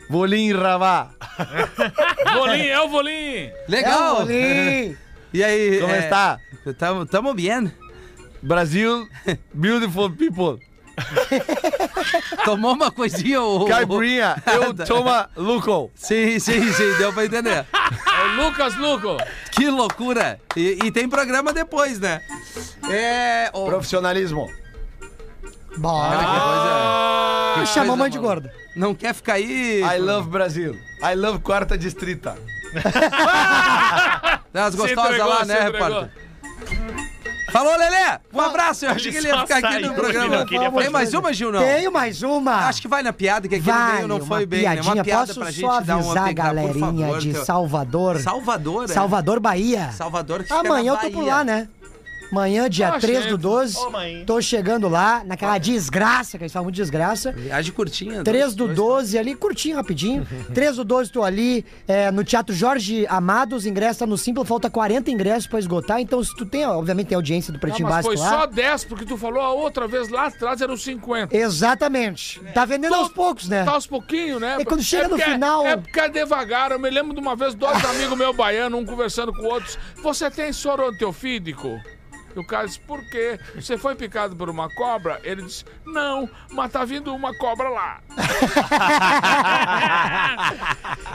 Speaker 9: Volim Rabá.
Speaker 5: Volim, é o Volim.
Speaker 4: legal.
Speaker 6: Sim.
Speaker 4: E aí?
Speaker 9: É Como
Speaker 4: é,
Speaker 9: está?
Speaker 4: Tamo, tamo bien.
Speaker 9: Brasil, beautiful people.
Speaker 4: Tomou uma coisinha o...
Speaker 9: Caipirinha, eu tomo Luco.
Speaker 4: Sim, sim, sim, deu pra entender.
Speaker 5: É o Lucas Luco.
Speaker 4: Que loucura! E, e tem programa depois, né? É. ô, Ah,
Speaker 9: Profissionalismo.
Speaker 4: cara,
Speaker 6: Bora.
Speaker 4: que coisa- que
Speaker 6: Chamou a
Speaker 4: coisa
Speaker 6: Ah, mãe de
Speaker 4: maluca.
Speaker 6: gorda.
Speaker 4: é, Não quer ficar aí.
Speaker 9: I love Brasil. I love quarta distrita.
Speaker 4: Das Tá, gostosas
Speaker 5: entregou,
Speaker 4: lá,
Speaker 5: se
Speaker 4: né,
Speaker 5: entregou.
Speaker 4: repórter? Falou, Lelê! Um abraço! Eu achei que ele ia
Speaker 8: só
Speaker 4: ficar aqui
Speaker 8: saiu,
Speaker 4: no
Speaker 8: ele
Speaker 4: programa.
Speaker 8: não queria
Speaker 4: Tem
Speaker 8: fazer
Speaker 4: mais uma, Gil? Não?
Speaker 6: Tenho mais uma.
Speaker 4: Acho que vai na piada, que aquele
Speaker 6: Vale,
Speaker 4: meio não
Speaker 6: uma
Speaker 4: foi bem, né?
Speaker 6: piadinha.
Speaker 4: Uma piada
Speaker 6: Posso
Speaker 4: pra gente
Speaker 6: só
Speaker 4: dar uma
Speaker 6: avisar a
Speaker 4: pegar, por
Speaker 6: galerinha
Speaker 4: favor,
Speaker 6: de
Speaker 4: teu-
Speaker 6: Salvador.
Speaker 4: Salvador, é?
Speaker 6: Salvador, Bahia.
Speaker 4: Salvador, que fica na
Speaker 6: Amanhã eu tô
Speaker 4: Bahia.
Speaker 6: por lá, né? Amanhã, dia
Speaker 5: Ah,
Speaker 6: 3
Speaker 5: chefe.
Speaker 6: do 12,
Speaker 8: Ô, mãe.
Speaker 6: tô chegando lá, naquela desgraça, que eles falam muito de desgraça.
Speaker 4: Viagem curtinha.
Speaker 6: 3 do
Speaker 4: dois-
Speaker 6: 12 ali, curtinho, rapidinho. 3 do 12 tô ali é, no Teatro Jorge Amados, ingresso tá no Simpla, falta 40 ingressos pra esgotar. Então, se tu tem, ó, obviamente tem audiência do
Speaker 5: Ah,
Speaker 6: Pretinho
Speaker 5: mas
Speaker 6: Básico
Speaker 5: foi
Speaker 6: lá.
Speaker 5: só 10, porque tu falou a outra vez lá atrás eram 50.
Speaker 6: Exatamente. Tá vendendo aos poucos, né?
Speaker 5: Tá aos pouquinhos, né?
Speaker 6: E quando chega no
Speaker 5: porque-
Speaker 6: final-
Speaker 5: É porque é devagar. Eu me lembro de uma vez, dois amigos meus baianos, um conversando com outros. Você tem soro antiofídico? E o cara disse, por quê? Você foi picado por uma cobra? Ele disse, não, mas tá vindo uma cobra lá.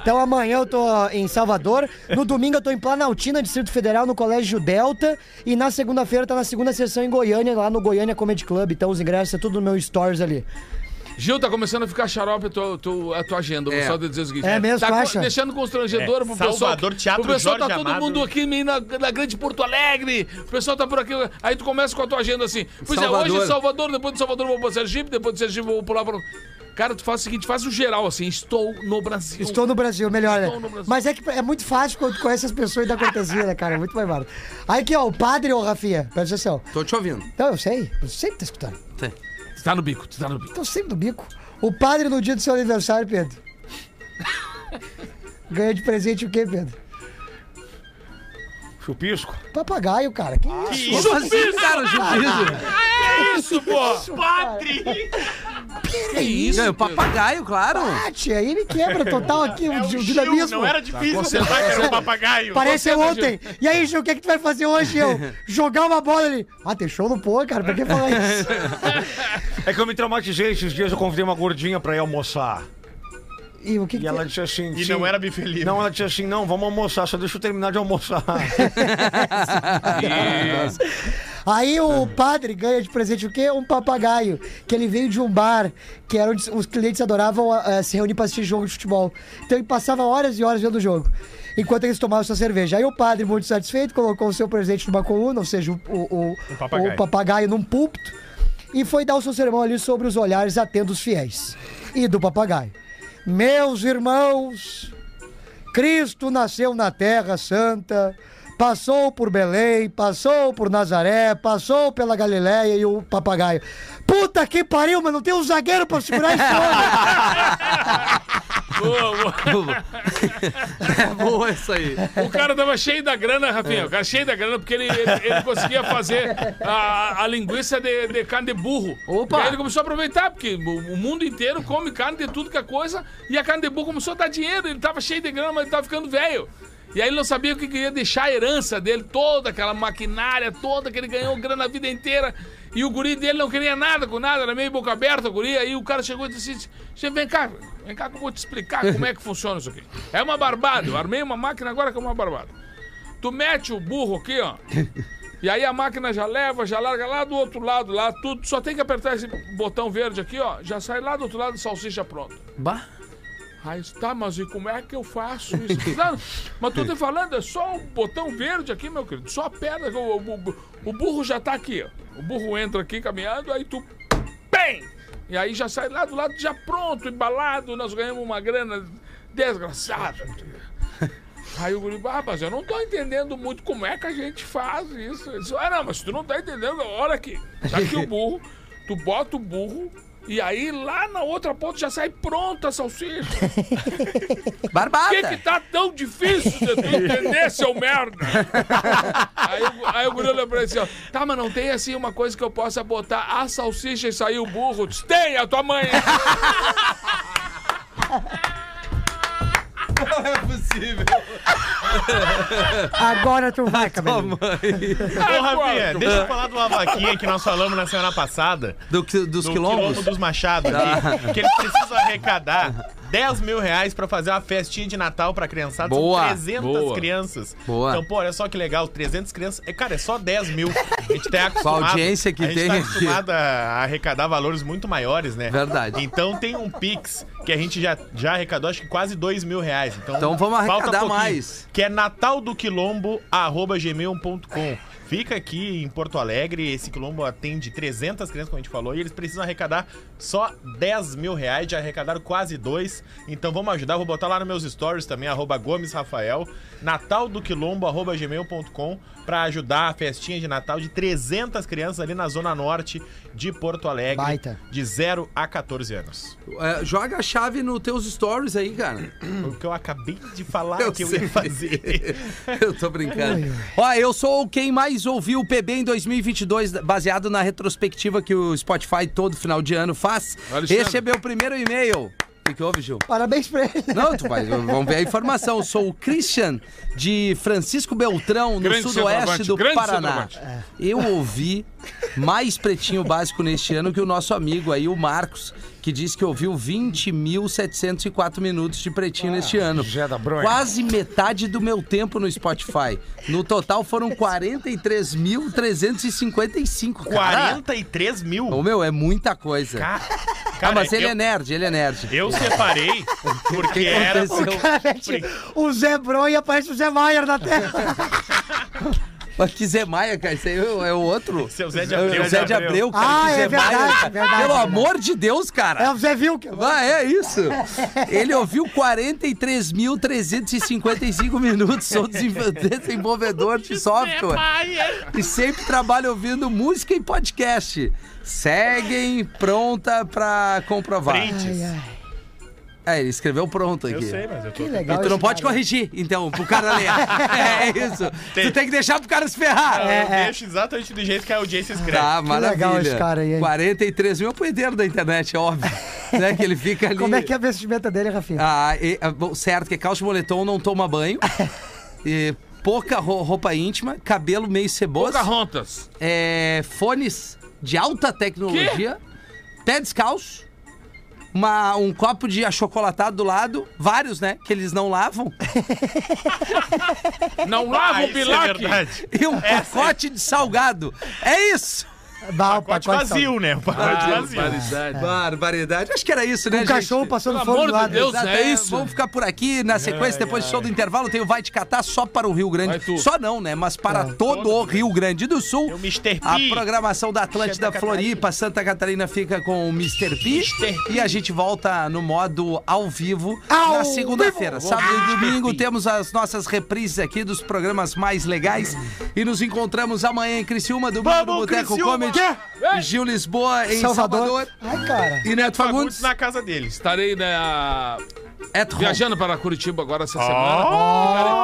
Speaker 6: Então amanhã eu tô em Salvador, no domingo eu tô em Planaltina, Distrito Federal, no Colégio Delta, e na segunda-feira tá na segunda sessão em Goiânia, lá no Goiânia Comedy Club. Então os ingressos é tudo no meu stories ali.
Speaker 5: Gil, tá começando a ficar xarope a tua, tua- a tua agenda. Vou
Speaker 4: É.
Speaker 5: só te dizer o seguinte.
Speaker 6: É mesmo,
Speaker 5: tá
Speaker 6: tu
Speaker 5: co-
Speaker 6: acha?
Speaker 5: deixando constrangedor
Speaker 8: É,
Speaker 5: pro pessoal.
Speaker 8: Salvador,
Speaker 5: que-
Speaker 8: Teatro
Speaker 5: O pessoal tá
Speaker 8: Jorge
Speaker 5: todo
Speaker 8: Amado.
Speaker 5: mundo aqui meio na, na grande Porto Alegre. O pessoal tá por aqui. Aí tu começa com a tua agenda assim. Pois é, hoje
Speaker 4: Salvador.
Speaker 5: é Salvador, depois de Salvador eu vou pra Sergipe, depois de Sergipe eu vou pular pra... Cara, tu faz o seguinte, faz o geral assim. Estou no Brasil.
Speaker 6: Estou no Brasil, melhor, né?
Speaker 5: Estou no Brasil.
Speaker 6: Mas é que é muito fácil quando tu conhece as pessoas e dá cortesia, né, cara? É muito mais barato. Aí aqui, ó, o padre, ô Rafinha, presta atenção.
Speaker 4: Tô te ouvindo.
Speaker 6: Então, eu sei, eu sempre tá escutando.
Speaker 5: Tu tá no bico, tu tá no bico.
Speaker 6: Então sempre do bico. O padre no dia do seu aniversário, Pedro. Ganha de presente o quê, Pedro?
Speaker 7: Chupisco.
Speaker 6: Papagaio, cara. Que
Speaker 5: Ah,
Speaker 6: isso?
Speaker 4: Juízo, cara, juízo.
Speaker 5: Isso, pô!
Speaker 8: Padre!
Speaker 6: É
Speaker 4: É
Speaker 5: Que isso?
Speaker 4: Ganhou papagaio, claro.
Speaker 6: Bate, aí me quebra total aqui, o,
Speaker 8: É o
Speaker 6: di- o
Speaker 8: Gil,
Speaker 6: dinamismo.
Speaker 8: não era difícil acertar que era um papagaio.
Speaker 6: Parece eu
Speaker 5: Você tá,
Speaker 6: ontem. E aí, Gil, o que, é que tu vai fazer hoje, eu? Jogar uma bola ali. Ah, tem show no pô, cara. Pra que falar isso?
Speaker 7: É que eu me traumatizei esses dias, eu convidei uma gordinha pra ir almoçar.
Speaker 6: E o que, que
Speaker 7: E ela disse assim.
Speaker 8: é? E
Speaker 7: "Sim."
Speaker 8: não era bife livre.
Speaker 7: Não, ela disse assim, não, vamos almoçar, só deixa eu terminar de almoçar.
Speaker 6: Aí o padre ganha de presente o quê? Um papagaio. Que ele veio de um bar, que era onde os clientes adoravam ah, se reunir pra assistir jogo de futebol. Então ele passava horas e horas vendo o jogo. Enquanto eles tomavam sua cerveja. Aí o padre, muito satisfeito, colocou o seu presente numa coluna, ou seja, o, o- o-
Speaker 8: papagaio.
Speaker 6: o papagaio num púlpito. E foi dar o seu sermão ali sobre os olhares atentos fiéis. E do papagaio. Meus irmãos, Cristo nasceu na Terra Santa, passou por Belém, passou por Nazaré, passou pela Galileia e o papagaio. Puta que pariu, mas não tem um zagueiro pra segurar esse homem.
Speaker 4: É boa essa aí.
Speaker 5: O cara tava cheio da grana, Rafinha. O cara cheio da grana, porque ele, ele, ele conseguia fazer a, a linguiça de, de carne de burro.
Speaker 4: Opa!
Speaker 5: E aí ele começou a aproveitar, porque o, o mundo inteiro come carne de tudo que é coisa, e a carne de burro começou a dar dinheiro. Ele tava cheio de grana, mas ele tava ficando velho. E aí ele não sabia o que queria deixar a herança dele, toda aquela maquinária toda que ele ganhou grana a vida inteira. E o guri dele não queria nada com nada, era meio boca aberta o guri. Aí o cara chegou e disse assim, "Che, vem cá, vem cá que eu vou te explicar como é que funciona isso aqui. É uma barbada, eu armei uma máquina agora que é uma barbada. Tu mete o burro aqui, ó. E aí a máquina já leva, já larga lá do outro lado, lá tudo. Só tem que apertar esse botão verde aqui, ó. Já sai lá do outro lado, salsicha pronta.
Speaker 4: Bah.
Speaker 5: Aí, eu disse, tá, mas e como é que eu faço isso? Não, mas tu tá falando, é só um botão verde aqui, meu querido. Só aperta, que o, o, o burro já tá aqui, ó. O burro entra aqui caminhando, aí tu. Bem! E aí já sai lá do lado, já pronto, embalado. Nós ganhamos uma grana desgraçada. Aí o guri, ah, mas eu não tô entendendo muito como é que a gente faz isso. Ele disse, ah, não, mas tu não tá entendendo, olha aqui. Tá aqui o burro, tu bota o burro, e aí lá na outra ponta já sai pronta a salsicha. Por que que
Speaker 4: Barbada.
Speaker 5: tá tão difícil de tu entender, seu merda? aí, o- aí o guri olhou pra ele assim, ó, tá, mas não tem assim uma coisa que eu possa botar a salsicha e sair o burro? Eu disse, tem, é a tua mãe.
Speaker 6: Agora tu vai, cabelo.
Speaker 8: Ô,
Speaker 5: Agora.
Speaker 8: Rafinha, deixa eu falar de uma vaquinha que nós falamos na semana passada.
Speaker 4: Do que- dos
Speaker 8: do
Speaker 4: quilombos? Ah.
Speaker 8: quilombo dos Machado aqui, que eles precisam arrecadar 10 mil reais pra fazer uma festinha de Natal pra criançada.
Speaker 4: Boa,
Speaker 8: São 300
Speaker 5: boa.
Speaker 8: crianças.
Speaker 4: Boa.
Speaker 8: Então, pô, olha só que legal, 300 crianças. É, Cara, é só 10 mil. A gente tá acostumado.
Speaker 4: audiência que
Speaker 8: a gente
Speaker 4: tem
Speaker 8: tá
Speaker 4: aqui.
Speaker 8: acostumado a arrecadar valores muito maiores, né?
Speaker 4: Verdade.
Speaker 8: Então tem um Pix que a gente já, já arrecadou, acho que quase 2 mil reais. Então,
Speaker 4: Então vamos
Speaker 8: falta
Speaker 4: arrecadar
Speaker 8: pouquinho
Speaker 4: mais.
Speaker 8: que é nataldoquilombo.gmail.com. Fica aqui em Porto Alegre, esse quilombo atende 300 crianças, como a gente falou, e eles precisam arrecadar só 10 mil reais, já arrecadaram quase dois. Então vamos ajudar, vou botar lá nos meus stories também, arroba Gomes Rafael, nataldoquilombo.gmail.com, pra ajudar a festinha de Natal de 300 crianças ali na Zona Norte de Porto Alegre,
Speaker 6: Baita.
Speaker 8: de 0 a 14 anos.
Speaker 4: É, joga a chave nos teus stories aí, cara.
Speaker 8: O que eu acabei de falar
Speaker 4: Eu
Speaker 8: Ah, que eu
Speaker 4: sei. é.
Speaker 8: ia fazer.
Speaker 4: Eu tô brincando. Ó, eu sou quem mais ouviu o PB em 2022, baseado na retrospectiva que o Spotify todo final de ano faz.
Speaker 5: Alexandre.
Speaker 4: Recebeu o primeiro e-mail. O que, que houve, Gil?
Speaker 6: Parabéns pra ele.
Speaker 4: Não, tu vai, vamos ver a informação. Eu sou o Christian de Francisco Beltrão, no
Speaker 5: Grande
Speaker 4: sudoeste
Speaker 5: centroavante,
Speaker 4: do
Speaker 5: grande
Speaker 4: Paraná.
Speaker 5: centroavante.
Speaker 4: Eu ouvi mais Pretinho Básico neste ano que o nosso amigo aí, o Marcos, que disse que ouviu 20.704 minutos de Pretinho neste ano.
Speaker 7: Zé da Bronha.
Speaker 4: Quase metade do meu tempo no Spotify. No total foram 43.355, cara.
Speaker 8: 43 mil?
Speaker 4: Ô, meu, é muita coisa.
Speaker 8: Ca-
Speaker 4: Ah,
Speaker 8: Cara,
Speaker 4: mas ele
Speaker 8: eu,
Speaker 4: é nerd, ele é nerd.
Speaker 8: eu separei porque era.
Speaker 4: aconteceu?
Speaker 6: é tipo O Zé Bronha parece o Zé Maier na Terra.
Speaker 4: Mas que Zé Maia, cara, isso aí é o outro.
Speaker 8: Seu Zé de
Speaker 4: É
Speaker 8: Abreu.
Speaker 4: o Zé de Abreu, cara.
Speaker 6: Ah,
Speaker 4: que
Speaker 6: é
Speaker 4: Zé
Speaker 6: verdade,
Speaker 4: Maia, cara.
Speaker 6: é verdade,
Speaker 4: Pelo
Speaker 6: é verdade.
Speaker 4: amor de Deus,
Speaker 6: É
Speaker 4: cara.
Speaker 6: o Zé Vilker.
Speaker 4: Ah, é isso. Ele ouviu 43.355 minutos. Sou desenvol- desenvolvedor de software e sempre trabalho ouvindo música e podcast. Seguem pronta pra comprovar.
Speaker 8: Prints.
Speaker 4: É, ele escreveu pronto aqui.
Speaker 8: Eu sei, mas eu tô.
Speaker 6: Que legal.
Speaker 4: E tu não
Speaker 6: esse
Speaker 4: pode
Speaker 6: cara.
Speaker 4: corrigir, então, pro cara ler. É isso. Tu tem que deixar pro cara se ferrar.
Speaker 6: É,
Speaker 8: Eu deixo exatamente do jeito que a audiência escreve.
Speaker 4: Ah, é, Tá, maravilha.
Speaker 6: legal esse cara aí, hein?
Speaker 4: 43 mil é o punheteiro da internet, é óbvio. né? Que ele fica ali.
Speaker 6: Como é que é a vestimenta dele, Rafinha?
Speaker 4: Ah, e- ah, bom, certo, que é calça de moletom, não toma banho. E pouca ro- roupa íntima, cabelo meio ceboso.
Speaker 5: Pocahontas.
Speaker 4: é, fones de alta tecnologia. Pé descalço. Uma, um copo de achocolatado do lado, vários, né? Que eles não lavam.
Speaker 5: Não lava o
Speaker 8: Ah, isso é
Speaker 5: bilac.
Speaker 8: verdade.
Speaker 4: E um
Speaker 6: É,
Speaker 4: pacote de salgado. É isso!
Speaker 6: Bah, o
Speaker 8: Pacote
Speaker 6: um pacote
Speaker 8: vazio, né? O
Speaker 4: Tá.
Speaker 8: pacote vazio.
Speaker 4: Barbaridade. Acho que era isso, né,
Speaker 6: O
Speaker 4: gente?
Speaker 6: É. Um cachorro passando
Speaker 5: Pelo
Speaker 6: fome
Speaker 5: amor
Speaker 6: do
Speaker 5: de
Speaker 6: lado.
Speaker 5: Deus.
Speaker 4: Exato,
Speaker 5: é
Speaker 4: é
Speaker 5: isso.
Speaker 4: Vamos ficar por aqui. Na sequência, depois do show do intervalo, tem o Vai Te Catar só para o Rio Grande.
Speaker 5: Vai tu.
Speaker 4: Só não, né? Mas para todo o Rio Grande do Sul.
Speaker 8: É o Mr. P.
Speaker 4: A programação da Atlântida
Speaker 8: Santa
Speaker 4: Floripa, Santa Catarina fica com o Mr. P. E a gente volta no modo ao vivo na
Speaker 6: Ao
Speaker 4: segunda-feira. Sábado e domingo
Speaker 8: P.
Speaker 4: temos as nossas reprises aqui dos programas mais legais. E nos encontramos amanhã em Criciúma, domingo no
Speaker 8: Vamos,
Speaker 4: Boteco
Speaker 8: Criciúma!
Speaker 4: Comedy. Gil Lisboa em Salvador.
Speaker 6: Salvador. Ai, cara.
Speaker 4: E Neto Fagundes.
Speaker 8: Fagundes na casa deles.
Speaker 5: Estarei né, na...
Speaker 4: At home.
Speaker 5: viajando para Curitiba agora essa semana.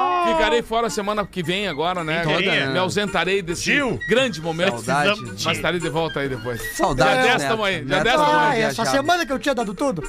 Speaker 5: Ficarei, ficarei fora semana que vem agora, né?
Speaker 8: Oh! Toda,
Speaker 5: Me
Speaker 8: né?
Speaker 5: ausentarei desse
Speaker 8: Gil!
Speaker 5: grande momento.
Speaker 4: Saudade.
Speaker 8: Precisamos
Speaker 5: Mas estarei de volta aí depois.
Speaker 4: Saudade,
Speaker 5: Já
Speaker 4: né?
Speaker 6: tá
Speaker 5: desta manhã, já
Speaker 4: Neto
Speaker 5: desta
Speaker 4: vai
Speaker 5: manhã.
Speaker 6: Ah,
Speaker 4: viajar.
Speaker 6: essa semana que eu tinha dado tudo.